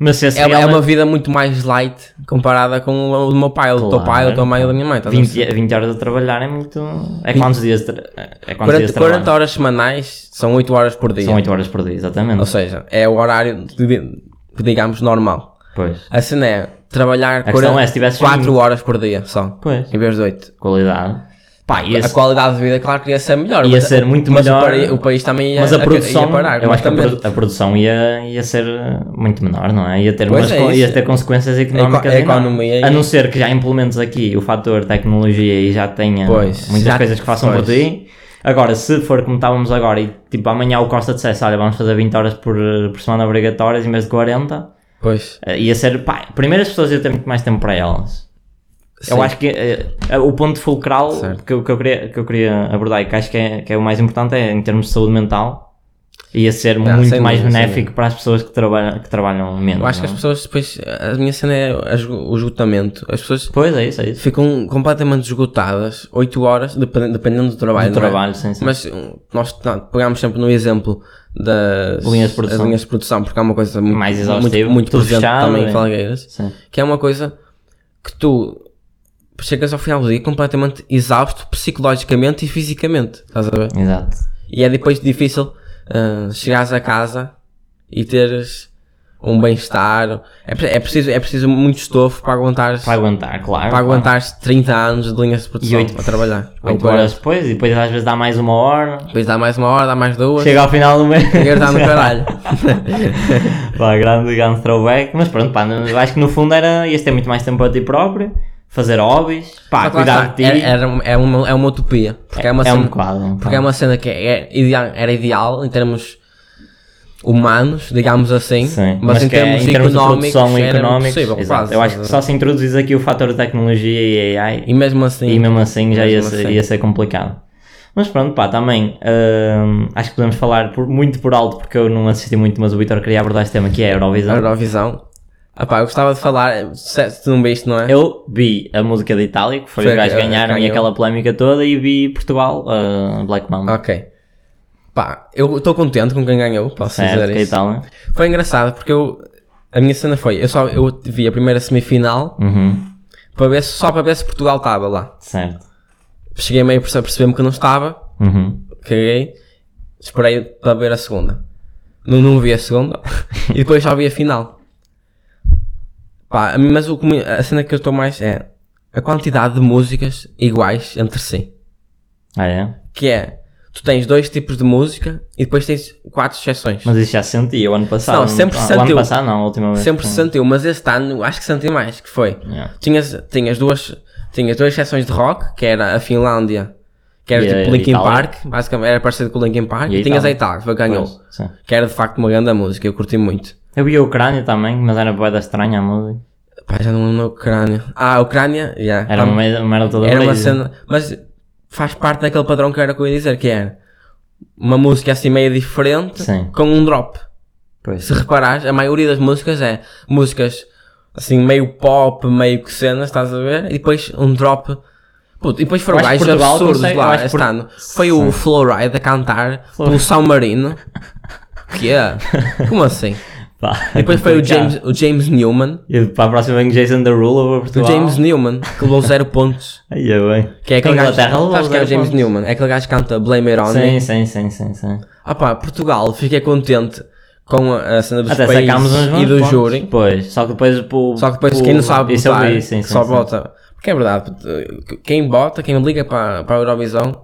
Speaker 1: Mas se esse
Speaker 2: é, é
Speaker 1: realmente-
Speaker 2: uma vida muito mais light comparada com o do meu pai, ou do teu
Speaker 1: Claro.
Speaker 2: pai, ou da tua mãe, ou da minha mãe. estás a perceber?
Speaker 1: 20, 20 horas de trabalhar é muito. É quantos dias de, tra- é quantos dias de
Speaker 2: 40,
Speaker 1: trabalho?
Speaker 2: 40 horas semanais são 8 horas por dia.
Speaker 1: São 8 horas por dia, exatamente.
Speaker 2: Ou seja, é o horário, de- digamos, normal.
Speaker 1: Pois.
Speaker 2: A cena é trabalhar
Speaker 1: questão é, se tivesses
Speaker 2: 4 horas por dia só,
Speaker 1: Pois.
Speaker 2: em vez de 8.
Speaker 1: Qualidade. Pá, e
Speaker 2: A
Speaker 1: esse-
Speaker 2: qualidade de vida, claro que ia ser melhor.
Speaker 1: Ia
Speaker 2: mas-
Speaker 1: ser muito
Speaker 2: mas
Speaker 1: melhor.
Speaker 2: O, pari- o país também ia,
Speaker 1: mas a
Speaker 2: ia-
Speaker 1: produção.
Speaker 2: ia parar.
Speaker 1: eu acho que a,
Speaker 2: completamente.
Speaker 1: produ- a produção ia, ia ser eh, muito menor, não é? Ia ter,
Speaker 2: Pois
Speaker 1: umas
Speaker 2: é
Speaker 1: con- ia
Speaker 2: isso.
Speaker 1: ter consequências económicas.
Speaker 2: A eco- a
Speaker 1: enormes.
Speaker 2: economia
Speaker 1: A
Speaker 2: ia-
Speaker 1: não ser que já implementes aqui o fator tecnologia e já tenha
Speaker 2: Pois,
Speaker 1: muitas
Speaker 2: já-
Speaker 1: coisas que façam por
Speaker 2: pois.
Speaker 1: ti. Agora, se for como estávamos agora e tipo amanhã o Costa dissesse, olha, vamos fazer 20 horas por, por semana obrigatórias em vez de 40.
Speaker 2: Pois.
Speaker 1: Eh, Ia ser, pá, primeiro as pessoas iam ter muito mais tempo para elas. Eu
Speaker 2: Sim.
Speaker 1: acho que eh, eh, o ponto fulcral
Speaker 2: Certo.
Speaker 1: que, eu- que eu queria, que eu queria abordar e que acho que é, que é o mais importante é em termos de saúde mental, ia ser muito
Speaker 2: Ah, sem
Speaker 1: mais
Speaker 2: dúvida, sem
Speaker 1: benéfico para as pessoas que, trabalham que trabalham menos.
Speaker 2: Eu acho
Speaker 1: não
Speaker 2: que as
Speaker 1: é?
Speaker 2: pessoas depois. A minha cena é a esgo- o esgotamento. As pessoas
Speaker 1: Pois é, isso é isso.
Speaker 2: ficam completamente esgotadas, 8 horas, dependendo, dependendo do trabalho.
Speaker 1: Do
Speaker 2: não é?
Speaker 1: trabalho, sim, sim.
Speaker 2: Mas hum, nós tá- pegámos sempre no exemplo das
Speaker 1: Linhas de produção.
Speaker 2: as linhas de produção, porque é uma coisa muito,
Speaker 1: Mais exaustiva,
Speaker 2: muito, muito
Speaker 1: tudo
Speaker 2: presente
Speaker 1: fechado,
Speaker 2: também
Speaker 1: é.
Speaker 2: em Falgueiras,
Speaker 1: Sim.
Speaker 2: que é uma coisa que tu chegas ao final do dia completamente exausto psicologicamente e fisicamente, estás a ver?
Speaker 1: Exato.
Speaker 2: E é depois difícil ah, chegares a casa e teres um bem-estar. É, pre- é preciso, é preciso muito estofo para aguentares
Speaker 1: Para aguentar, claro.
Speaker 2: para aguentares 30 anos de linhas de produção
Speaker 1: E oito-
Speaker 2: a trabalhar.
Speaker 1: 8
Speaker 2: Oito
Speaker 1: horas depois e depois às vezes dá mais uma hora.
Speaker 2: Depois dá mais uma hora, dá mais duas.
Speaker 1: Chega ao final do mês.
Speaker 2: Dinheiro dá no caralho.
Speaker 1: Pá, grande, grande throwback. Mas pronto, pá, não- acho que no fundo era ias ter muito mais tempo para ti próprio, fazer hobbies, pá,
Speaker 2: Só que lá
Speaker 1: cuidar de
Speaker 2: está,
Speaker 1: ti.
Speaker 2: é, era um- é, uma, é uma utopia. Porque é, uma
Speaker 1: é
Speaker 2: cena,
Speaker 1: um bocado.
Speaker 2: porque é
Speaker 1: pá.
Speaker 2: uma cena que é ideal, era ideal em termos humanos, digamos assim.
Speaker 1: Sim,
Speaker 2: mas, em,
Speaker 1: que é-
Speaker 2: termos
Speaker 1: de
Speaker 2: económicos,
Speaker 1: produção e
Speaker 2: era
Speaker 1: económicos,
Speaker 2: impossível,
Speaker 1: exato.
Speaker 2: quase.
Speaker 1: eu acho que só se introduzis aqui o fator tecnologia e AI
Speaker 2: E mesmo assim.
Speaker 1: e mesmo assim já ia,
Speaker 2: mesmo
Speaker 1: ser,
Speaker 2: assim.
Speaker 1: ia ser complicado. Mas pronto, pá, também hum, acho que podemos falar por- muito por alto porque eu não assisti muito, mas o Vitor queria abordar este tema que é a
Speaker 2: A
Speaker 1: Eurovisão.
Speaker 2: Eurovisão. Ah pá, eu gostava de falar, se tu não viste, não é?
Speaker 1: Eu vi a música de Itália, que foi,
Speaker 2: Foi
Speaker 1: os gajos
Speaker 2: a- a-
Speaker 1: ganharam e
Speaker 2: ganhou.
Speaker 1: aquela polémica toda, e vi Portugal, a Black Mamba.
Speaker 2: Ok. Pá, eu estou contente com quem ganhou, posso
Speaker 1: certo,
Speaker 2: dizer
Speaker 1: que é
Speaker 2: isso.
Speaker 1: Itália.
Speaker 2: Foi engraçado porque eu. A minha cena foi, eu só eu vi a primeira semifinal
Speaker 1: Uhum,
Speaker 2: para ver, se- só para ver se Portugal estava lá.
Speaker 1: certo.
Speaker 2: Cheguei meio a perceber-me que não estava,
Speaker 1: Uhum.
Speaker 2: caguei, esperei para ver a segunda. Não, não vi a segunda e depois já vi a final. Pá, mas o, que me- a cena que eu estou mais é. A a quantidade de músicas iguais entre si.
Speaker 1: Ah, é?
Speaker 2: Que é, tu tens dois tipos de música e depois tens quatro exceções.
Speaker 1: Mas isso já senti o ano passado.
Speaker 2: Não, sempre
Speaker 1: o ano
Speaker 2: sentiu.
Speaker 1: passado não, é a última vez.
Speaker 2: Sempre
Speaker 1: que-
Speaker 2: se sentiu, mas este ano acho que senti mais, que foi.
Speaker 1: Yeah.
Speaker 2: Tinhas, tinhas duas tinhas duas seções de rock, que era a Finlândia, que era
Speaker 1: E a-
Speaker 2: tipo
Speaker 1: a
Speaker 2: Linkin
Speaker 1: Itália.
Speaker 2: Park, basicamente era parecido com o Linkin Park,
Speaker 1: E
Speaker 2: e,
Speaker 1: a
Speaker 2: tinhas a
Speaker 1: Itália.
Speaker 2: Itália, que foi quem ganhou.
Speaker 1: Pois, sim.
Speaker 2: Que era de facto uma grande música, eu curti muito.
Speaker 1: Eu vi a Ucrânia também, mas era boeda estranha a música.
Speaker 2: Pá, já não lembro da Ucrânia. Ah, a Ucrânia, yeah.
Speaker 1: Era
Speaker 2: Tam-
Speaker 1: uma merda- uma merda toda
Speaker 2: era uma
Speaker 1: brisa.
Speaker 2: cena, mas faz parte daquele padrão que era que eu ia dizer, que era uma música assim meio diferente,
Speaker 1: Sim.
Speaker 2: com um drop.
Speaker 1: Pois.
Speaker 2: Se reparares, a maioria das músicas é músicas assim meio pop, meio que cenas, estás a ver? E depois um drop. Puto, e depois foram
Speaker 1: Eu acho que
Speaker 2: gajos
Speaker 1: Portugal
Speaker 2: absurdos
Speaker 1: consegue- eu
Speaker 2: lá
Speaker 1: acho que
Speaker 2: este
Speaker 1: Por-
Speaker 2: ano. Foi o Flowride a cantar
Speaker 1: Flo-
Speaker 2: pelo São Marino. que é? Como assim?
Speaker 1: Pá,
Speaker 2: E depois foi o
Speaker 1: complicado.
Speaker 2: James, o James Newman.
Speaker 1: E para a próxima vem o Jason Derulo para
Speaker 2: O
Speaker 1: Portugal.
Speaker 2: James Newman, que levou zero pontos.
Speaker 1: Aí é bem.
Speaker 2: Que é
Speaker 1: Então,
Speaker 2: aquele gajo.
Speaker 1: Inglaterra levou
Speaker 2: Sabes que é o
Speaker 1: zero
Speaker 2: James né?
Speaker 1: pontos.
Speaker 2: Newman? É aquele gajo que canta Blame It On
Speaker 1: Sim,
Speaker 2: Me.
Speaker 1: sim, sim, sim, sim.
Speaker 2: Ah pá, Portugal, fiquei contente com a a cena dos
Speaker 1: Até sacámos uns
Speaker 2: países e
Speaker 1: bons
Speaker 2: do
Speaker 1: pontos.
Speaker 2: júri.
Speaker 1: Pois, só que depois o...
Speaker 2: Só que depois
Speaker 1: o-
Speaker 2: quem não sabe
Speaker 1: Isso
Speaker 2: votar,
Speaker 1: eu vi, sim, sim.
Speaker 2: só
Speaker 1: sim.
Speaker 2: vota. Porque é verdade, quem vota, quem liga para, para a Eurovisão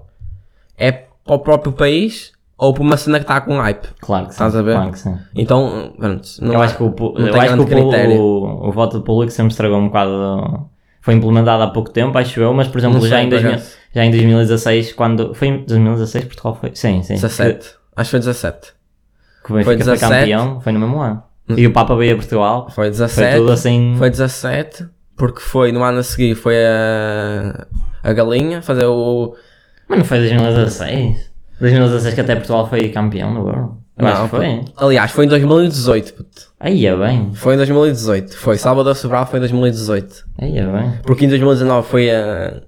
Speaker 2: é para o próprio país ou para uma cena que está com hype.
Speaker 1: Claro que sim.
Speaker 2: Estás a ver?
Speaker 1: Claro que sim.
Speaker 2: Então, pronto, não
Speaker 1: eu
Speaker 2: há-
Speaker 1: acho que o, pu-
Speaker 2: não
Speaker 1: eu
Speaker 2: tem
Speaker 1: acho que o,
Speaker 2: grande
Speaker 1: pu-
Speaker 2: critério.
Speaker 1: o- o voto do público sempre estragou um bocado. Foi implementado há pouco tempo, acho eu, mas por exemplo,
Speaker 2: Não
Speaker 1: já,
Speaker 2: sei,
Speaker 1: em
Speaker 2: por
Speaker 1: 2000
Speaker 2: acaso.
Speaker 1: já em 2016, quando. Foi em 2016 Portugal foi? Sim, sim.
Speaker 2: 17. Acho que foi 17.
Speaker 1: Que, que o Benfica foi
Speaker 2: 17.
Speaker 1: campeão, foi no mesmo ano. E o Papa veio a Portugal.
Speaker 2: Foi
Speaker 1: Foi
Speaker 2: 17.
Speaker 1: tudo assim.
Speaker 2: Hum. Foi 17, porque foi no ano a seguir foi a, a galinha fazer o.
Speaker 1: Mas não foi 2016. 2016 que até Portugal foi campeão do Euro. Eu acho que foi.
Speaker 2: Aliás, foi em 2018. puto.
Speaker 1: Aí é bem.
Speaker 2: Foi em 2018. Foi Salvador Sobral foi em 2018.
Speaker 1: Aí é bem.
Speaker 2: Porque em 2019 foi a,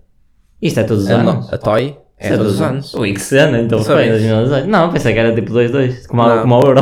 Speaker 1: Isto é todos os
Speaker 2: a,
Speaker 1: anos.
Speaker 2: no- a Toy.
Speaker 1: Isso
Speaker 2: É dos anos.
Speaker 1: Ui, que cena, então
Speaker 2: Não
Speaker 1: foi em
Speaker 2: sabias?
Speaker 1: 2018. Não, pensei que era tipo 2-2, como,
Speaker 2: Não.
Speaker 1: a- como a Euro.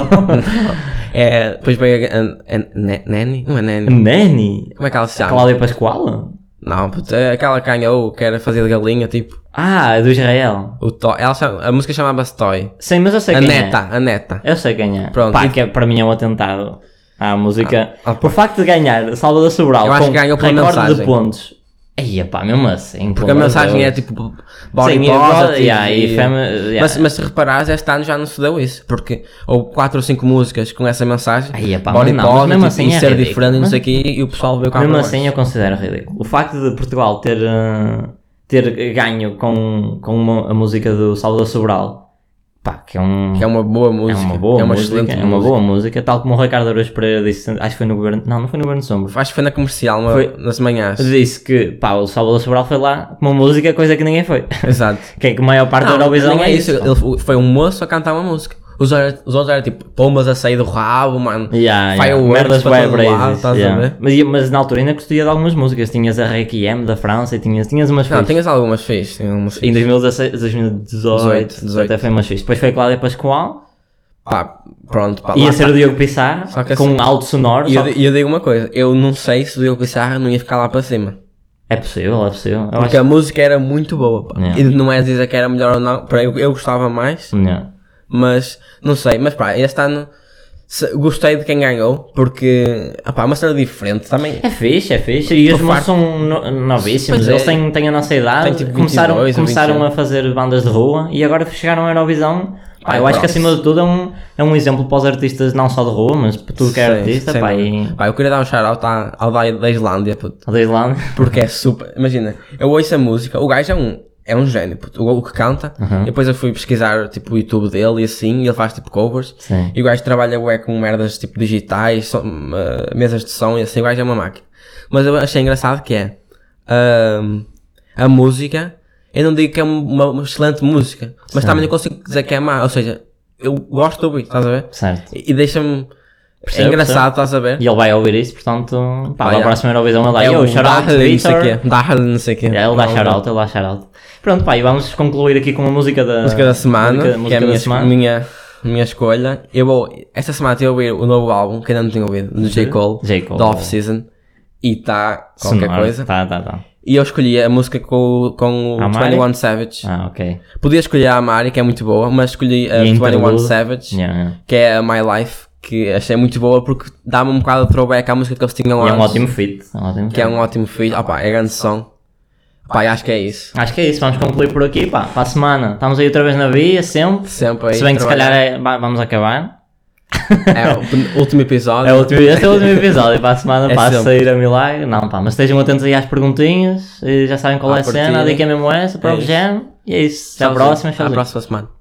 Speaker 2: É, depois veio a, a, a ne- Nani? Não é Nani?
Speaker 1: Nani?
Speaker 2: Como é que ela se chama?
Speaker 1: Cláudia Pascoal?
Speaker 2: Não, puta, é aquela que ganhou, que era fazer de galinha, tipo.
Speaker 1: Ah, é do Israel.
Speaker 2: O Toy. Ela chama- a música chamava-se Toy.
Speaker 1: Sim, mas eu sei
Speaker 2: A
Speaker 1: quem
Speaker 2: neta,
Speaker 1: é.
Speaker 2: a neta.
Speaker 1: Eu sei quem é.
Speaker 2: Pronto,
Speaker 1: Pá,
Speaker 2: e-
Speaker 1: que é, para mim é um atentado à música.
Speaker 2: Ah, ah,
Speaker 1: Por facto de ganhar Salvador Sobral
Speaker 2: Eu acho
Speaker 1: com
Speaker 2: que ganhou pela
Speaker 1: recorde de
Speaker 2: mensagem.
Speaker 1: pontos. Aí, pá, mesmo assim.
Speaker 2: Porque a mensagem é tipo. Body
Speaker 1: Sim,
Speaker 2: positive
Speaker 1: yeah, e femi- yeah.
Speaker 2: Mas, mas se reparares, este ano já não se deu isso. Porque houve 4 ou 5 músicas com essa mensagem.
Speaker 1: Ai, epá,
Speaker 2: body
Speaker 1: mas não, mas mesmo
Speaker 2: positive
Speaker 1: assim
Speaker 2: e
Speaker 1: é
Speaker 2: ser
Speaker 1: ridículo,
Speaker 2: diferente, e não
Speaker 1: mas-
Speaker 2: sei o quê, e o pessoal veio com a
Speaker 1: Mesmo
Speaker 2: aprovar.
Speaker 1: assim eu considero ridículo. O facto de Portugal ter, eh, ter ganho com, com uma- a música do Salvador Sobral, pá, que é um...
Speaker 2: Que é uma boa
Speaker 1: É
Speaker 2: música.
Speaker 1: uma boa música,
Speaker 2: excelente
Speaker 1: é uma boa música, tal como o Ricardo Araújo Pereira disse, acho que foi no governo, não, não foi no governo Sombra,
Speaker 2: Acho que foi na comercial, uma-
Speaker 1: Foi-
Speaker 2: nas manhãs.
Speaker 1: disse que, pá, o Salvador Sobral foi lá com uma música, coisa que ninguém foi,
Speaker 2: Exato.
Speaker 1: que é que a maior parte da Eurovisão
Speaker 2: nem
Speaker 1: é isso,
Speaker 2: Ele fo- foi um moço a cantar uma música. Os, outros- os outros eram tipo pombas a sair do rabo, mano.
Speaker 1: Yeah, yeah.
Speaker 2: Fireworks
Speaker 1: merdas
Speaker 2: para
Speaker 1: bué
Speaker 2: todo
Speaker 1: brazies,
Speaker 2: lado, estás a
Speaker 1: yeah.
Speaker 2: ver?
Speaker 1: mas, mas na altura ainda gostaria de algumas músicas, tinhas a Requiem da França e tinhas, tinhas umas
Speaker 2: Não,
Speaker 1: fixes.
Speaker 2: tinhas algumas fixe. tinha umas fixe.
Speaker 1: Em 2016, 2018,
Speaker 2: 18.
Speaker 1: até foi mais fixe. Depois foi a Cláudia Pascoal,
Speaker 2: Pá, pronto, pá. lá
Speaker 1: ia ser
Speaker 2: está.
Speaker 1: o Diogo Pissarro,
Speaker 2: Só que assim-
Speaker 1: com um alto sonoro.
Speaker 2: E
Speaker 1: só
Speaker 2: eu,
Speaker 1: que-
Speaker 2: di- eu digo uma coisa, eu não sei se o Diogo Pissarra não ia ficar lá para cima.
Speaker 1: É possível, é possível. Eu
Speaker 2: Porque
Speaker 1: acho
Speaker 2: a música era muito boa, pá.
Speaker 1: Yeah.
Speaker 2: E não é dizer que era melhor ou não, para eu, eu gostava mais,
Speaker 1: que... é Não.
Speaker 2: mas não sei. Mas pá, este ano se- gostei de quem ganhou, porque, ah, pá, é uma cena diferente também.
Speaker 1: É fixe, é fixe. E os
Speaker 2: Tô
Speaker 1: meus são no- novíssimos,
Speaker 2: Pois é.
Speaker 1: eles têm, têm a nossa idade.
Speaker 2: Têm tipo
Speaker 1: começaram
Speaker 2: 22 ou
Speaker 1: começaram
Speaker 2: 21.
Speaker 1: a fazer bandas de rua e agora chegaram à Eurovisão. Pá,
Speaker 2: Ai,
Speaker 1: eu acho que
Speaker 2: pronto.
Speaker 1: acima de tudo é um, é um exemplo para os artistas, não só de rua, mas para tudo que é
Speaker 2: Sem-
Speaker 1: artista.
Speaker 2: sem
Speaker 1: Pá,
Speaker 2: dúvida.
Speaker 1: e...
Speaker 2: Pá, eu queria dar um shout-out à- ao da, da Islândia, puto.
Speaker 1: Da Islândia.
Speaker 2: Porque é super. Imagina, eu ouço a música, o gajo é um, é um gênio, puto, o, o que canta.
Speaker 1: Uhum.
Speaker 2: E depois eu fui pesquisar tipo, o YouTube dele e assim, e ele faz tipo covers.
Speaker 1: Sim.
Speaker 2: E o gajo trabalha ué, com merdas tipo digitais, som- eh, mesas de som e assim, o gajo é uma máquina. Mas eu achei engraçado que é. ahm, a música, eu não digo que é uma, uma excelente música, mas também não consigo dizer que é má. Ou seja, eu gosto de ouvir, estás a ver?
Speaker 1: Certo.
Speaker 2: E, e deixa-me. É
Speaker 1: Percebo,
Speaker 2: engraçado, estás a ver?
Speaker 1: E ele vai ouvir isso, portanto, pá,
Speaker 2: Ah,
Speaker 1: para a
Speaker 2: yeah.
Speaker 1: próxima Eurovisão ele vai.
Speaker 2: o
Speaker 1: "Yo, shout out to
Speaker 2: Dahl e não sei o
Speaker 1: Vitor."
Speaker 2: quê. Dahl e não sei o quê. um
Speaker 1: É, ele dá shout-out, ele dá shout-out. Pronto, pá, e vamos concluir aqui com uma música da,
Speaker 2: música da semana,
Speaker 1: Ah, música-
Speaker 2: que
Speaker 1: música
Speaker 2: é a
Speaker 1: da
Speaker 2: minha,
Speaker 1: semana.
Speaker 2: minha, minha escolha. Eu vou, esta semana estive a ouvir o novo álbum, que ainda não tinha ouvido, do J. Cole,
Speaker 1: J. Cole. tá
Speaker 2: da Off Season, e está qualquer
Speaker 1: Sonora.
Speaker 2: coisa.
Speaker 1: Tá, tá, tá.
Speaker 2: E eu escolhi a música com, o- com
Speaker 1: A
Speaker 2: o
Speaker 1: Mari?
Speaker 2: 21 Savage.
Speaker 1: Ah, ok.
Speaker 2: Podia escolher a Mari, que é muito boa, mas escolhi a
Speaker 1: E
Speaker 2: 21
Speaker 1: interlude?
Speaker 2: Savage,
Speaker 1: Yeah, yeah.
Speaker 2: que é a My Life, que achei muito boa porque dá-me um bocado de throwback à música que eles tinham
Speaker 1: E é
Speaker 2: antes.
Speaker 1: um ótimo fit. É um ótimo
Speaker 2: Que é
Speaker 1: fit.
Speaker 2: um ótimo filho. Opa, é grande som. Pá, e acho que é isso.
Speaker 1: Acho que é isso, vamos concluir por aqui, pá. Para a semana, estamos aí outra vez na via, sempre.
Speaker 2: Sempre aí.
Speaker 1: Se bem que se calhar
Speaker 2: trabalhar.
Speaker 1: é- va- vamos acabar.
Speaker 2: É o último episódio.
Speaker 1: É o último, este é o último episódio, para a semana
Speaker 2: É
Speaker 1: passa a
Speaker 2: sempre.
Speaker 1: sair a milagre. Não, pá, mas estejam atentos aí às perguntinhas, e já sabem qual
Speaker 2: À
Speaker 1: é a cena, a
Speaker 2: partida.
Speaker 1: dica é mesmo essa, para
Speaker 2: É
Speaker 1: o
Speaker 2: isso.
Speaker 1: género. E é isso, até à
Speaker 2: Tchauzinho.
Speaker 1: próxima,
Speaker 2: Até à
Speaker 1: tchauzinho.
Speaker 2: próxima semana.